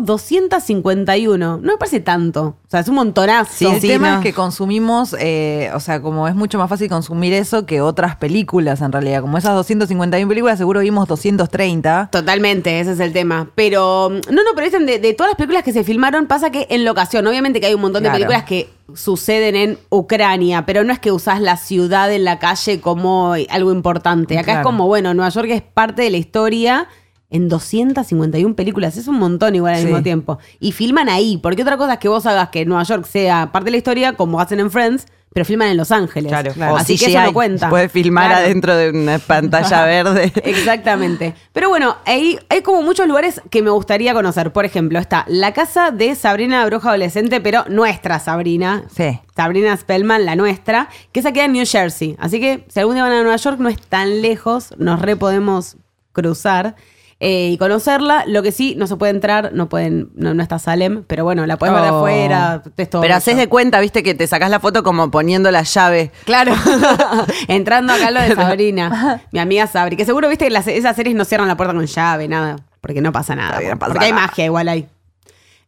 [SPEAKER 2] 251. No me parece tanto. O sea, es un montonazo.
[SPEAKER 3] Sí,
[SPEAKER 1] el
[SPEAKER 3] sí,
[SPEAKER 1] tema
[SPEAKER 3] no.
[SPEAKER 1] es que consumimos, eh, o sea, como es mucho más fácil consumir eso que otras películas en realidad. Como esas 251 películas, seguro vimos 230.
[SPEAKER 2] Totalmente, ese es el tema. Pero, mm, no, no, pero dicen, de, de todas las películas que se filmaron, pasa que en locación, obviamente que hay un montón
[SPEAKER 1] Claro.
[SPEAKER 2] de películas que suceden en Ucrania, pero no es que usás la ciudad en la calle como algo importante. Acá es
[SPEAKER 1] Claro.
[SPEAKER 2] como, bueno, Nueva York es parte de la historia en 251 películas, es un montón igual al
[SPEAKER 1] Sí.
[SPEAKER 2] mismo tiempo. Y filman ahí, porque otra cosa es que vos hagas que Nueva York sea parte de la historia, como hacen en Friends, pero filman en Los Ángeles.
[SPEAKER 3] O
[SPEAKER 2] Así que
[SPEAKER 3] CGI,
[SPEAKER 2] eso no cuenta.
[SPEAKER 3] Puedes filmar
[SPEAKER 2] Claro.
[SPEAKER 3] adentro de una pantalla verde.
[SPEAKER 2] Exactamente. Pero bueno, ahí hay como muchos lugares que me gustaría conocer. Por ejemplo, está la casa de Sabrina la Bruja Adolescente, pero nuestra Sabrina.
[SPEAKER 1] Sí.
[SPEAKER 2] Sabrina Spellman, la nuestra, que esa queda en New Jersey. Así que si algún día van a Nueva York, no es tan lejos, nos re podemos cruzar eh, y conocerla. Lo que sí, no se puede entrar, no pueden, no, no está Salem, pero bueno, la pueden ver de
[SPEAKER 1] Oh.
[SPEAKER 2] afuera, es todo
[SPEAKER 3] Pero
[SPEAKER 2] bello.
[SPEAKER 3] haces de cuenta, viste, que te sacás la foto como poniendo la llave.
[SPEAKER 2] Claro. Entrando acá lo de Sabrina. mi amiga Sabri. Que seguro, viste, que las- esas series no cierran la puerta con llave, nada. Porque no pasa nada.
[SPEAKER 3] Porque no pasa
[SPEAKER 2] porque hay
[SPEAKER 3] nada.
[SPEAKER 2] magia igual ahí.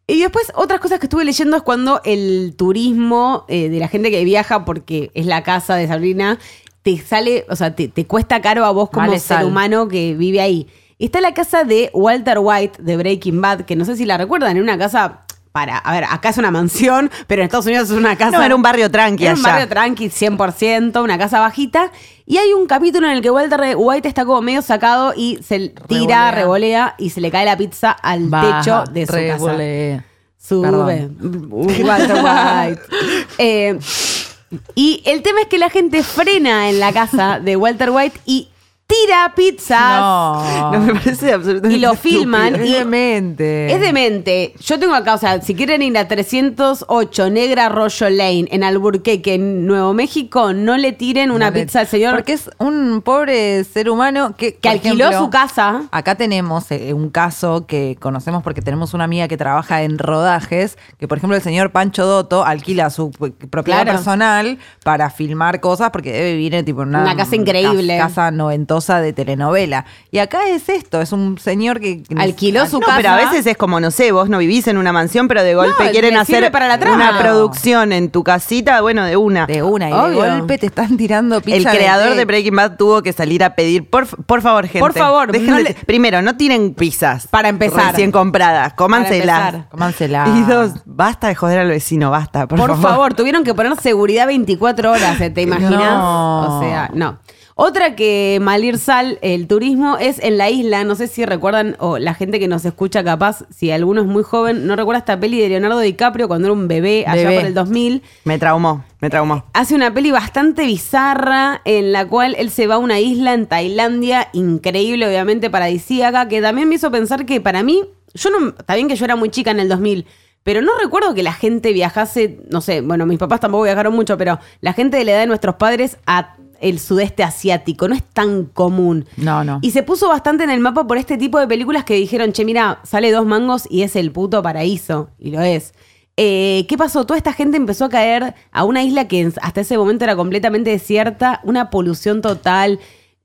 [SPEAKER 2] Y después, otras cosas que estuve leyendo es cuando el turismo eh, de la gente que viaja, porque es la casa de Sabrina, te sale, o sea, te, te cuesta caro a vos como
[SPEAKER 1] Vale,
[SPEAKER 2] ser
[SPEAKER 1] sal.
[SPEAKER 2] humano que vive ahí. Está la casa de Walter White de Breaking Bad, que no sé si la recuerdan, era una casa para, a ver, acá es una mansión, pero en Estados Unidos es una casa.
[SPEAKER 3] No, era un barrio tranqui
[SPEAKER 2] Era un
[SPEAKER 3] allá.
[SPEAKER 2] barrio tranqui, 100%, una casa bajita. Y hay un capítulo en el que Walter Re- White está como medio sacado y se
[SPEAKER 1] Revolea.
[SPEAKER 2] tira, revolea y se le cae la pizza al techo de su casa. Sube. Uh, Walter White. Eh, y el tema es que la gente frena en la casa de Walter White y tira pizzas.
[SPEAKER 1] No.
[SPEAKER 3] No me parece absolutamente.
[SPEAKER 2] Ah. Y lo
[SPEAKER 3] estúpido.
[SPEAKER 2] filman.
[SPEAKER 1] Es
[SPEAKER 2] Y-
[SPEAKER 1] demente.
[SPEAKER 2] Es demente. Yo tengo acá, o sea, si quieren ir a 308 Negra Arroyo Lane en Alburquerque, en Nuevo México, no le tiren una
[SPEAKER 1] No le-
[SPEAKER 2] pizza al señor
[SPEAKER 1] Porque es un pobre ser humano que.
[SPEAKER 2] que
[SPEAKER 1] por
[SPEAKER 2] alquiló
[SPEAKER 1] ejemplo,
[SPEAKER 2] su casa.
[SPEAKER 1] Acá tenemos eh, un caso que conocemos porque tenemos una amiga que trabaja en rodajes, que por ejemplo el señor Pancho Dotto alquila su eh, propiedad
[SPEAKER 2] Claro.
[SPEAKER 1] personal para filmar cosas porque debe vivir en tipo una,
[SPEAKER 2] Una casa increíble.
[SPEAKER 1] cas- casa noventosa de telenovela. Y acá es esto, es un señor que
[SPEAKER 2] Alquiló su
[SPEAKER 3] No,
[SPEAKER 2] casa.
[SPEAKER 3] pero a veces es como, no sé, vos no vivís en una mansión, pero de golpe
[SPEAKER 2] No,
[SPEAKER 3] quieren
[SPEAKER 2] le sirve
[SPEAKER 3] hacer
[SPEAKER 2] para la trama.
[SPEAKER 3] una producción en tu casita, bueno, de una.
[SPEAKER 1] de una y
[SPEAKER 2] Obvio.
[SPEAKER 1] de golpe te están tirando pizza.
[SPEAKER 3] el
[SPEAKER 1] del
[SPEAKER 3] creador de
[SPEAKER 1] techo.
[SPEAKER 3] Breaking Bad tuvo que salir a pedir, por, f- por favor, gente.
[SPEAKER 2] Por favor,
[SPEAKER 3] dejen
[SPEAKER 2] no
[SPEAKER 3] de-
[SPEAKER 2] le-
[SPEAKER 3] primero, no tienen pizzas.
[SPEAKER 2] Para empezar.
[SPEAKER 3] Recién compradas, cómanselas.
[SPEAKER 2] empezar.
[SPEAKER 1] Cómansela.
[SPEAKER 3] Y dos, basta de joder al vecino, basta, por,
[SPEAKER 2] Por, favor. tuvieron que poner seguridad 24 horas, ¿eh? ¿te imaginas?
[SPEAKER 1] No.
[SPEAKER 2] O sea, no. Otra que Malir Sal, el turismo, es en la isla. No sé si recuerdan, o la gente que nos escucha capaz, si alguno es muy joven, no recuerda esta peli de Leonardo DiCaprio cuando era un bebé allá
[SPEAKER 1] Bebé.
[SPEAKER 2] por el 2000.
[SPEAKER 3] Me traumó, me traumó.
[SPEAKER 2] hace una peli bastante bizarra en la cual él se va a una isla en Tailandia, increíble, obviamente paradisíaca, que también me hizo pensar que para mí, yo no, está bien que yo era muy chica en el 2000, pero no recuerdo que la gente viajase, no sé, bueno, mis papás tampoco viajaron mucho, pero la gente de la edad de nuestros padres a el sudeste asiático, no es tan común.
[SPEAKER 1] No, no.
[SPEAKER 2] Y se puso bastante en el mapa por este tipo de películas que dijeron, che, mira, sale dos mangos y es el puto paraíso. Y lo es. Eh, ¿Qué pasó? Toda esta gente empezó a caer a una isla que en- hasta ese momento era completamente desierta, una polución total,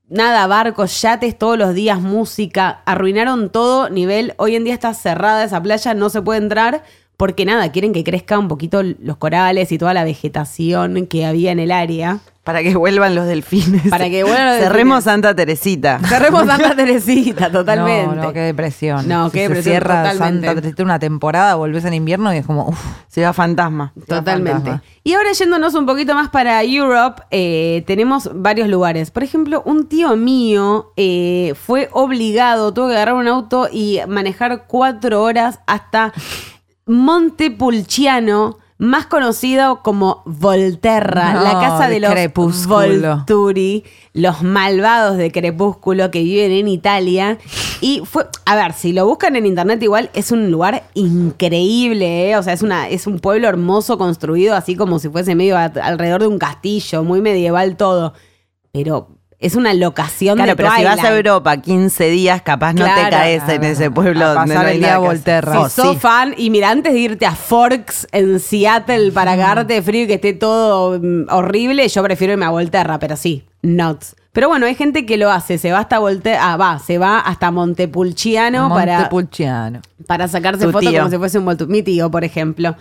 [SPEAKER 2] nada, barcos, yates todos los días, música, arruinaron todo nivel. Hoy en día está cerrada esa playa, no se puede entrar porque nada, quieren que crezca un poquito los corales y toda la vegetación que había en el área.
[SPEAKER 3] Para que vuelvan los delfines.
[SPEAKER 2] Para que vuelvan los delfines.
[SPEAKER 3] Cerremos Santa Teresita.
[SPEAKER 2] Cerremos Santa Teresita, totalmente.
[SPEAKER 1] No, no, qué depresión.
[SPEAKER 2] No,
[SPEAKER 1] Si
[SPEAKER 2] qué
[SPEAKER 1] se
[SPEAKER 2] depresión,
[SPEAKER 1] Cierra
[SPEAKER 2] totalmente.
[SPEAKER 1] Santa Teresita una temporada, volvés en invierno y es como, uff.
[SPEAKER 3] Ciudad Fantasma.
[SPEAKER 2] Totalmente.
[SPEAKER 1] fantasma.
[SPEAKER 2] Y ahora yéndonos un poquito más para Europe, eh, tenemos varios lugares. Por ejemplo, un tío mío eh, fue obligado, tuvo que agarrar un auto y manejar cuatro horas hasta Montepulciano, más conocido como Volterra,
[SPEAKER 1] No,
[SPEAKER 2] la casa de
[SPEAKER 1] el
[SPEAKER 2] los
[SPEAKER 1] crepúsculo.
[SPEAKER 2] Volturi, los malvados de Crepúsculo que viven en Italia. Y fue, a ver, si lo buscan en internet igual, es un lugar increíble, ¿eh? o sea, es, una, es un pueblo hermoso construido así como si fuese medio a- alrededor de un castillo, muy medieval todo. Pero es una locación
[SPEAKER 3] Claro,
[SPEAKER 2] de
[SPEAKER 3] pero si vas a
[SPEAKER 2] Twilight.
[SPEAKER 3] Europa 15 días, capaz no
[SPEAKER 2] Claro.
[SPEAKER 3] te caes en ese pueblo
[SPEAKER 1] A
[SPEAKER 3] donde
[SPEAKER 1] pasar
[SPEAKER 3] no hay
[SPEAKER 1] el día
[SPEAKER 3] nada que hacer.
[SPEAKER 1] Volterra.
[SPEAKER 3] Oh,
[SPEAKER 2] Si sos
[SPEAKER 3] sí.
[SPEAKER 2] fan, y mira, antes de irte a Forks en Seattle para cagarte de frío y que esté todo mm, horrible, yo prefiero irme a Volterra, pero sí, nuts. Pero bueno, hay gente que lo hace, se va hasta Volte ah, va, se va hasta Montepulciano para,
[SPEAKER 1] Montepulciano.
[SPEAKER 2] para sacarse
[SPEAKER 3] Tu
[SPEAKER 2] fotos
[SPEAKER 3] tío.
[SPEAKER 2] como si fuese un voltu- Mi tío, por ejemplo.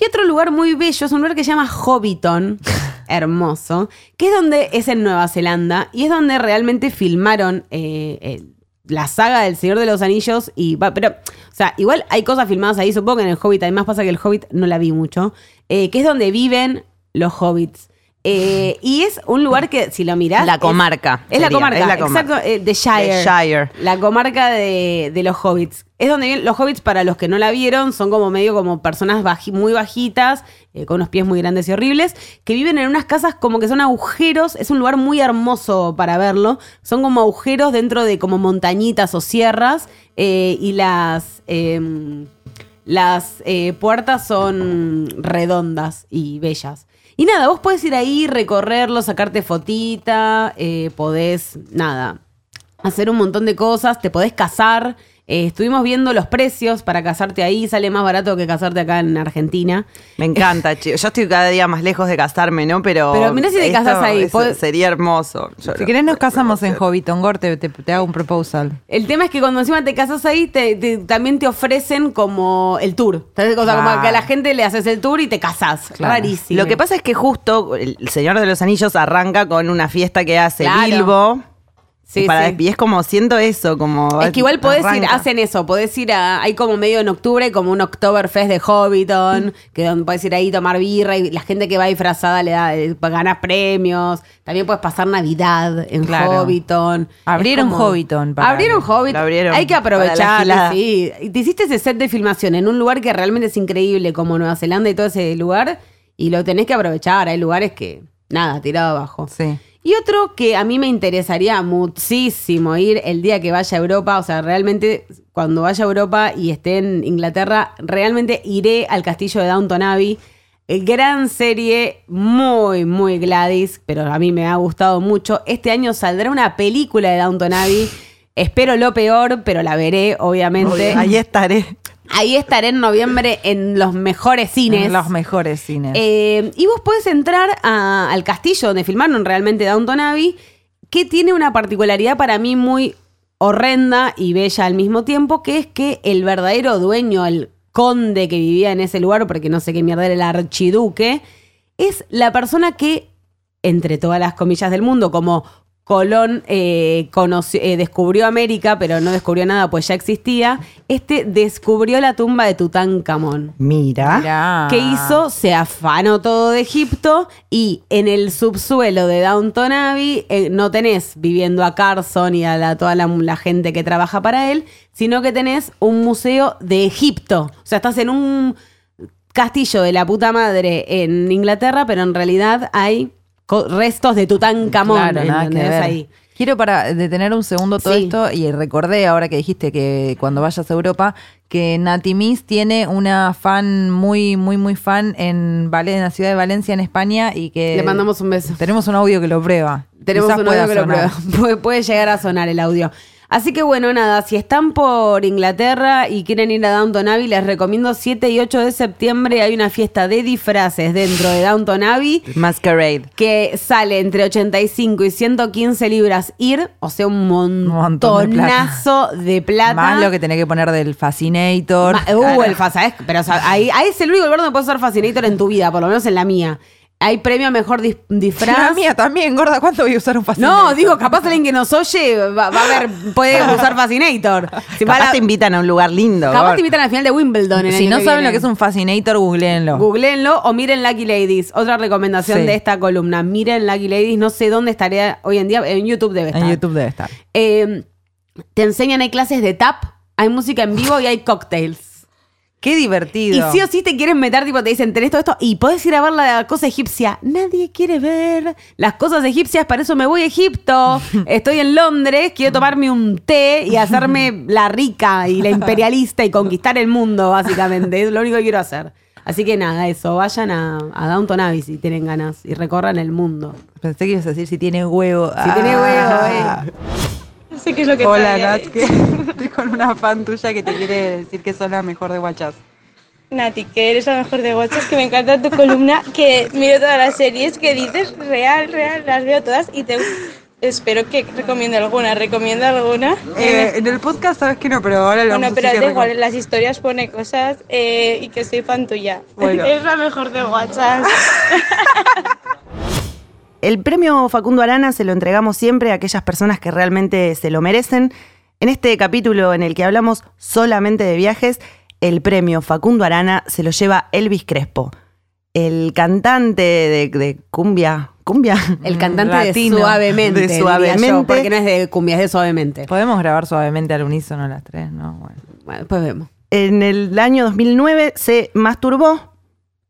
[SPEAKER 2] Y otro lugar muy bello es un lugar que se llama Hobbiton, hermoso, que es donde es en Nueva Zelanda y es donde realmente filmaron eh, eh, la saga del Señor de los Anillos. Y va, pero, o sea, igual hay cosas filmadas ahí, supongo que en el Hobbit, además pasa que el Hobbit no la vi mucho, eh, que es donde viven los hobbits. Eh, y es un lugar que, si lo mirás.
[SPEAKER 3] La
[SPEAKER 2] es-
[SPEAKER 3] comarca
[SPEAKER 2] Es, la
[SPEAKER 3] sería,
[SPEAKER 2] comarca,
[SPEAKER 3] es la comarca.
[SPEAKER 2] exacto. Eh, The Shire.
[SPEAKER 3] The Shire.
[SPEAKER 2] La comarca de, de los hobbits. Es donde vienen los hobbits, para los que no la vieron, son como medio como personas baji- muy bajitas, eh, con unos pies muy grandes y horribles, que viven en unas casas como que son agujeros. Es un lugar muy hermoso para verlo. Son como agujeros dentro de como montañitas o sierras. eh, y las. em, las eh, puertas son redondas y bellas. Y nada, vos podés ir ahí, recorrerlo, sacarte fotita, eh, podés, nada, hacer un montón de cosas, te podés casar. Eh, estuvimos viendo los precios para casarte ahí, sale más barato que casarte acá en Argentina.
[SPEAKER 3] Me encanta, chico. Yo estoy cada día más lejos de casarme, ¿no? Pero.
[SPEAKER 2] Pero mirá si te
[SPEAKER 3] esto
[SPEAKER 2] casás ahí, pues-
[SPEAKER 3] es-
[SPEAKER 2] pod-
[SPEAKER 3] Sería hermoso. Yo
[SPEAKER 1] Si
[SPEAKER 3] lo-
[SPEAKER 1] querés nos casamos en Hobbiton Gore, te, te- te hago un proposal.
[SPEAKER 2] El tema es que cuando encima te casas ahí, te- te- también te ofrecen como el tour. ¿Sabes? O sea, como
[SPEAKER 1] Claro.
[SPEAKER 2] que a la gente le haces el tour y te casás.
[SPEAKER 1] Claro.
[SPEAKER 2] Rarísimo.
[SPEAKER 3] Lo que pasa es que justo el el Señor de los Anillos arranca con una fiesta que hace
[SPEAKER 2] Claro.
[SPEAKER 3] Bilbo.
[SPEAKER 2] Sí,
[SPEAKER 3] y, para-
[SPEAKER 2] sí.
[SPEAKER 3] y es como siento eso, como.
[SPEAKER 2] Es que igual podés ir,
[SPEAKER 3] arranca.
[SPEAKER 2] hacen eso, podés ir a, hay como medio en octubre, como un Oktoberfest de Hobbiton,
[SPEAKER 3] Mm.
[SPEAKER 2] que donde podés ir ahí tomar birra y la gente que va disfrazada le da, eh, gana premios, también puedes pasar Navidad en
[SPEAKER 1] Claro.
[SPEAKER 2] Hobbiton.
[SPEAKER 1] Abrieron
[SPEAKER 2] Es como-
[SPEAKER 1] Hobbiton para-
[SPEAKER 2] abrieron Hobbiton,
[SPEAKER 3] Lo abrieron
[SPEAKER 2] hay que
[SPEAKER 3] para la
[SPEAKER 2] aprovechar,
[SPEAKER 3] gilada.
[SPEAKER 2] sí. Y te hiciste ese set de filmación en un lugar que realmente es increíble, como Nueva Zelanda y todo ese lugar, y lo tenés que aprovechar, hay lugares que, nada, tirado abajo.
[SPEAKER 1] Sí.
[SPEAKER 2] Y otro que a mí me interesaría muchísimo ir el día que vaya a Europa, o sea, realmente cuando vaya a Europa y esté en Inglaterra, realmente iré al castillo de Downton Abbey. Eh, Gran serie, muy, muy Gladys, pero a mí me ha gustado mucho. Este año saldrá una película de Downton Abbey. Espero lo peor, pero la veré, obviamente.
[SPEAKER 3] Ahí estaré.
[SPEAKER 2] Ahí estaré en noviembre en los mejores cines.
[SPEAKER 1] Los mejores cines.
[SPEAKER 2] Eh, y vos podés entrar a- al castillo donde filmaron realmente Downton Abbey, que tiene una particularidad para mí muy horrenda y bella al mismo tiempo, que es que el verdadero dueño, el conde que vivía en ese lugar, porque no sé qué mierda era el archiduque, es la persona que, entre todas las comillas del mundo, como Colón eh, conoció- eh, descubrió América, pero no descubrió nada, pues ya existía, este descubrió la tumba de Tutankamón.
[SPEAKER 3] Mira.
[SPEAKER 1] Mirá.
[SPEAKER 2] ¿Qué hizo? Se afanó todo de Egipto y en el subsuelo de Downton Abbey eh, no tenés viviendo a Carson y a la- toda la, la gente que trabaja para él, sino que tenés un museo de Egipto. O sea, estás en un castillo de la puta madre en Inglaterra, pero en realidad hay co- restos de Tutankamón.
[SPEAKER 1] Claro, nada que
[SPEAKER 2] ¿entendés?
[SPEAKER 1] ver.
[SPEAKER 2] Ahí.
[SPEAKER 1] Quiero para detener un segundo todo
[SPEAKER 2] Sí.
[SPEAKER 1] esto y recordé ahora que dijiste que cuando vayas a Europa que Nati Miss tiene una fan muy muy muy fan en, Vale- en la ciudad de Valencia en España y que
[SPEAKER 2] Le mandamos un beso.
[SPEAKER 1] Tenemos un audio que lo prueba.
[SPEAKER 2] Tenemos
[SPEAKER 1] Quizás
[SPEAKER 2] un audio
[SPEAKER 1] pueda
[SPEAKER 2] que lo
[SPEAKER 1] sonar.
[SPEAKER 2] prueba. Puede, puede llegar a sonar el audio. Así que bueno, nada, si están por Inglaterra y quieren ir a Downton Abbey, les recomiendo 7 y 8 de septiembre hay una fiesta de disfraces dentro de Downton Abbey
[SPEAKER 3] Masquerade.
[SPEAKER 2] que sale entre 85 y 115 libras ir, o sea, un
[SPEAKER 1] montón de plata.
[SPEAKER 2] montonazo de plata.
[SPEAKER 1] Más lo que tenés que poner del Fascinator.
[SPEAKER 2] Ma- Uh, el fa- ¿sabes? Pero o sea, ahí, ahí es el único lugar donde puedes ser Fascinator en tu vida, por lo menos en la mía. Hay premio a mejor dis- disfraz.
[SPEAKER 1] La mía también, gorda. ¿Cuánto voy a usar un Fascinator?
[SPEAKER 2] No, digo, capaz alguien que nos oye va, va a ver, puede usar Fascinator. Si va a
[SPEAKER 3] capaz
[SPEAKER 2] la-
[SPEAKER 3] te invitan a un lugar lindo.
[SPEAKER 2] capaz
[SPEAKER 3] Gor.
[SPEAKER 2] te invitan a la final de Wimbledon. en el
[SPEAKER 1] Si
[SPEAKER 2] año
[SPEAKER 1] no
[SPEAKER 2] que
[SPEAKER 1] saben
[SPEAKER 2] viene.
[SPEAKER 1] lo que es un Fascinator, googleenlo.
[SPEAKER 2] Googleenlo o miren Lucky Ladies. Otra recomendación
[SPEAKER 1] Sí.
[SPEAKER 2] de esta columna. Miren Lucky Ladies. No sé dónde estaría hoy en día. En YouTube debe estar.
[SPEAKER 1] en YouTube debe estar.
[SPEAKER 2] Eh, te enseñan, hay clases de tap, hay música en vivo y hay cocktails.
[SPEAKER 1] Qué
[SPEAKER 2] Y
[SPEAKER 1] divertido.
[SPEAKER 2] sí o sí te quieren meter, tipo, te dicen, tenés todo esto y podés ir a ver la cosa egipcia. Nadie quiere ver las cosas egipcias, para eso me voy a Egipto. Estoy en Londres, quiero tomarme un té y hacerme la rica y la imperialista y conquistar el mundo, básicamente. Es lo único que quiero hacer. Así que nada, eso, vayan a, a Downton Abbey si tienen ganas y recorran el mundo.
[SPEAKER 1] Pensé que ibas a decir si tiene huevo. Ah.
[SPEAKER 2] Si tiene huevo, eh.
[SPEAKER 5] Hola Nat, que estoy con una fan tuya que te quiere decir que sos la mejor de Guachas.
[SPEAKER 6] Nati, que eres la mejor de WhatsApp, que me encanta tu columna, que miro todas las series que dices, real, real, las veo todas y te, Espero que recomiende alguna. ¿Recomienda alguna?
[SPEAKER 5] Eh, en el podcast sabes que no, pero ahora lo
[SPEAKER 6] bueno,
[SPEAKER 5] vamos a
[SPEAKER 6] pero
[SPEAKER 5] hacer
[SPEAKER 6] da
[SPEAKER 5] que
[SPEAKER 6] igual,
[SPEAKER 5] recom-
[SPEAKER 6] en las historias pone cosas eh, y que soy fan tuya.
[SPEAKER 5] Bueno.
[SPEAKER 6] Es la mejor de WhatsApp.
[SPEAKER 3] El premio Facundo Arana se lo entregamos siempre a aquellas personas que realmente se lo merecen. En este capítulo en el que hablamos solamente de viajes, el premio Facundo Arana se lo lleva Elvis Crespo, el cantante de, de cumbia. ¿Cumbia? Mm,
[SPEAKER 2] El cantante
[SPEAKER 1] Latino.
[SPEAKER 2] de Suavemente.
[SPEAKER 3] De
[SPEAKER 2] diría
[SPEAKER 3] Suavemente.
[SPEAKER 2] yo, porque no es de cumbia, es de Suavemente.
[SPEAKER 1] Podemos grabar suavemente al unísono las tres, ¿no? Bueno.
[SPEAKER 2] Bueno, después vemos.
[SPEAKER 3] En el año 2009 se masturbó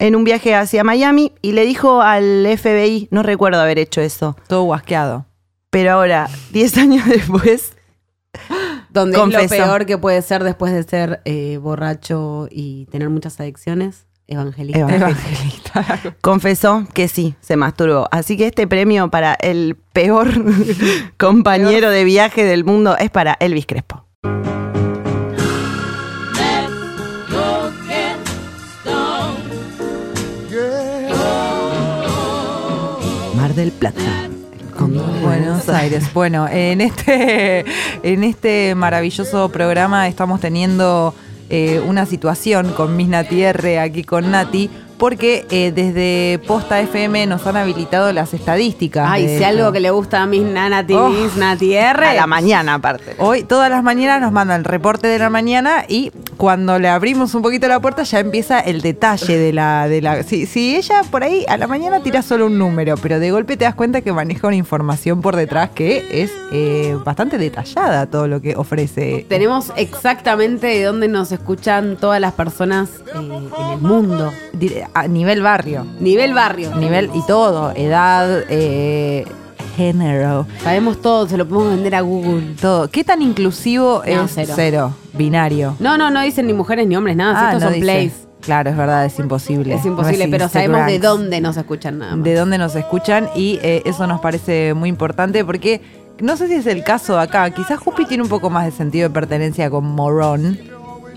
[SPEAKER 3] en un viaje hacia Miami y le dijo al FBI, no recuerdo haber hecho eso,
[SPEAKER 1] Todo guasqueado.
[SPEAKER 3] pero ahora, 10 años después,
[SPEAKER 2] Donde es
[SPEAKER 3] Confesó.
[SPEAKER 2] lo peor que puede ser después de ser eh, borracho y tener muchas adicciones, evangelista.
[SPEAKER 3] Evangelista. confesó que sí, se masturbó. Así que este premio para el peor compañero de viaje del mundo es para Elvis Crespo. Mar del Plata.
[SPEAKER 1] Buenos Aires. Bueno, en este, en este maravilloso programa estamos teniendo eh, una situación con Miss Nati R aquí con Nati, porque eh, desde Posta FM nos han habilitado las estadísticas.
[SPEAKER 2] Ay,
[SPEAKER 1] de este
[SPEAKER 2] si
[SPEAKER 1] esto.
[SPEAKER 2] algo que le gusta a mis nana
[SPEAKER 1] Oh.
[SPEAKER 2] Miss Nati R.
[SPEAKER 3] A la mañana aparte.
[SPEAKER 1] Hoy, todas las mañanas, nos mandan el reporte de la mañana y cuando le abrimos un poquito la puerta ya empieza el detalle de la. De la si, si ella por ahí a la mañana tira solo un número, pero de golpe te das cuenta que maneja una información por detrás que es eh, bastante detallada todo lo que ofrece. eh,
[SPEAKER 2] Tenemos exactamente de dónde nos escuchan todas las personas eh, en el mundo.
[SPEAKER 1] dire- A nivel barrio,
[SPEAKER 2] Nivel barrio.
[SPEAKER 1] nivel y todo, edad, eh, género,
[SPEAKER 2] Sabemos todo, se lo podemos vender a Google.
[SPEAKER 1] todo. ¿Qué tan inclusivo
[SPEAKER 2] No,
[SPEAKER 1] es
[SPEAKER 2] cero.
[SPEAKER 1] Binario.
[SPEAKER 2] No, no, no dicen ni mujeres ni hombres, nada. si
[SPEAKER 1] Ah,
[SPEAKER 2] estos
[SPEAKER 1] no
[SPEAKER 2] son
[SPEAKER 1] dice.
[SPEAKER 2] plays.
[SPEAKER 1] Claro, es verdad, es imposible.
[SPEAKER 2] Es
[SPEAKER 1] No
[SPEAKER 2] imposible, pero
[SPEAKER 1] existe
[SPEAKER 2] sabemos de
[SPEAKER 1] ranks.
[SPEAKER 2] dónde nos escuchan nada más.
[SPEAKER 1] de dónde nos escuchan y eh, eso nos parece muy importante porque no sé si es el caso acá, quizás Jupi tiene un poco más de sentido de pertenencia con Morón.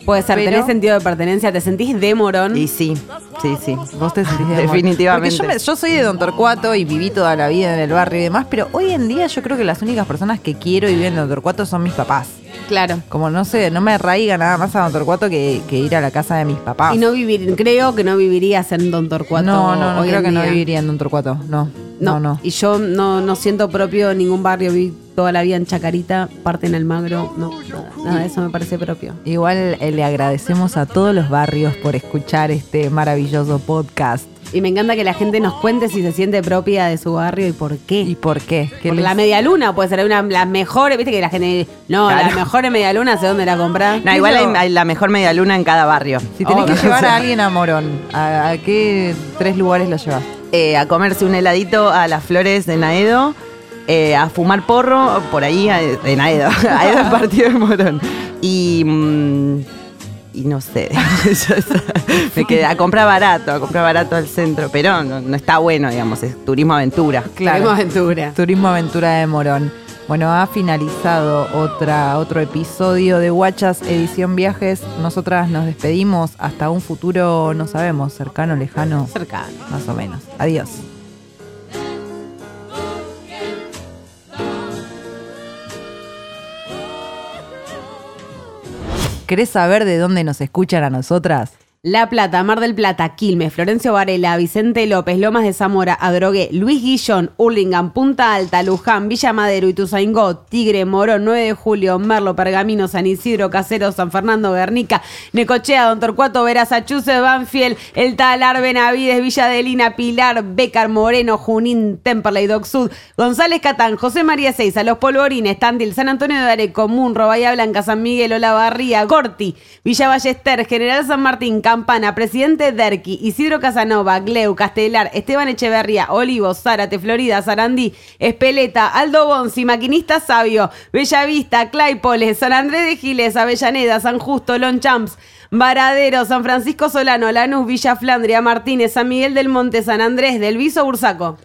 [SPEAKER 2] Puede ser,
[SPEAKER 1] Pero-
[SPEAKER 2] tenés sentido de pertenencia, te sentís de morón.
[SPEAKER 3] Y sí, sí, sí.
[SPEAKER 1] Vos te sentís de Morón.
[SPEAKER 3] Definitivamente.
[SPEAKER 1] Porque yo, me- yo soy de Don Torcuato y viví toda la vida en el barrio y demás, pero hoy en día yo creo que las únicas personas que quiero y viven en Don Torcuato son mis papás.
[SPEAKER 2] Claro.
[SPEAKER 1] Como no sé, no me arraiga nada más a Don Torcuato que, que ir a la casa de mis papás.
[SPEAKER 2] Y no vivir, creo que no vivirías en Don Torcuato.
[SPEAKER 1] no, no, no
[SPEAKER 2] hoy
[SPEAKER 1] creo
[SPEAKER 2] en
[SPEAKER 1] que no
[SPEAKER 2] día.
[SPEAKER 1] viviría en Don Torcuato. No, no,
[SPEAKER 2] No,
[SPEAKER 1] no.
[SPEAKER 2] Y yo no, no siento propio ningún barrio, viví toda la vida en Chacarita, parte en Almagro, no, nada, nada de eso me parece propio.
[SPEAKER 1] Igual eh, le agradecemos a todos los barrios por escuchar este maravilloso podcast.
[SPEAKER 2] Y me encanta que la gente nos cuente si se siente propia de su barrio y por qué.
[SPEAKER 1] ¿Y por qué? ¿Qué
[SPEAKER 2] Porque
[SPEAKER 1] les-
[SPEAKER 2] la media luna puede ser una las mejores, viste que la gente dice, no,
[SPEAKER 3] Claro.
[SPEAKER 2] la mejor media luna, sé dónde la comprar.
[SPEAKER 3] No, igual hay, hay la mejor media luna en cada barrio.
[SPEAKER 1] Si tenés
[SPEAKER 2] Oh,
[SPEAKER 1] que
[SPEAKER 2] no.
[SPEAKER 1] llevar a alguien a Morón, ¿a, a qué tres lugares lo llevas?
[SPEAKER 3] Eh, a comerse un heladito a las flores de Naedo, eh, a fumar porro por ahí a- de Naedo, Naedo es partido de Morón. Y, mm, y no sé, ya está. me quedé a comprar barato, a comprar barato al centro, pero no, no está bueno, digamos, es turismo aventura.
[SPEAKER 2] Tenemos aventura.
[SPEAKER 1] Turismo Aventura de Morón. Bueno, ha finalizado otra, otro episodio de Guachas Edición Viajes. Nosotras nos despedimos hasta un futuro, no sabemos, cercano, lejano,
[SPEAKER 2] Cercano.
[SPEAKER 1] más o menos. Adiós. ¿Querés saber de dónde nos escuchan a nosotras?
[SPEAKER 2] La Plata, Mar del Plata, Quilmes, Florencio Varela, Vicente López, Lomas de Zamora, Adrogué, Luis Guillón, Hurlingham, Punta Alta, Luján, Villa Madero, Ituzaingó, Tigre, Morón, 9 de Julio, Merlo, Pergamino, San Isidro, Casero, San Fernando, Guernica, Necochea, Don Torcuato, Verazachuce, Banfield, El Talar, Benavides, Villa de Lina, Pilar, Becar, Moreno, Junín, Temperley, Doc Sud, González Catán, José María Seiza, Los Polvorines, Tandil, San Antonio de Areco, Munro, Bahía Blanca, San Miguel, Olavarría, Gorti, Villa Ballester, General San Martín, Campana, Presidente Derqui, Isidro Casanova, Gleu, Castelar, Esteban Echeverría, Olivos, Zárate, Florida, Sarandí, Espeleta, Aldo Bonzi, Maquinista Sabio, Bellavista, Claypole, San Andrés de Giles, Avellaneda, San Justo, Lonchamps, Varadero, San Francisco Solano, Lanús, Villa Flandria, Martínez, San Miguel del Monte, San Andrés, Del Viso, Bursaco.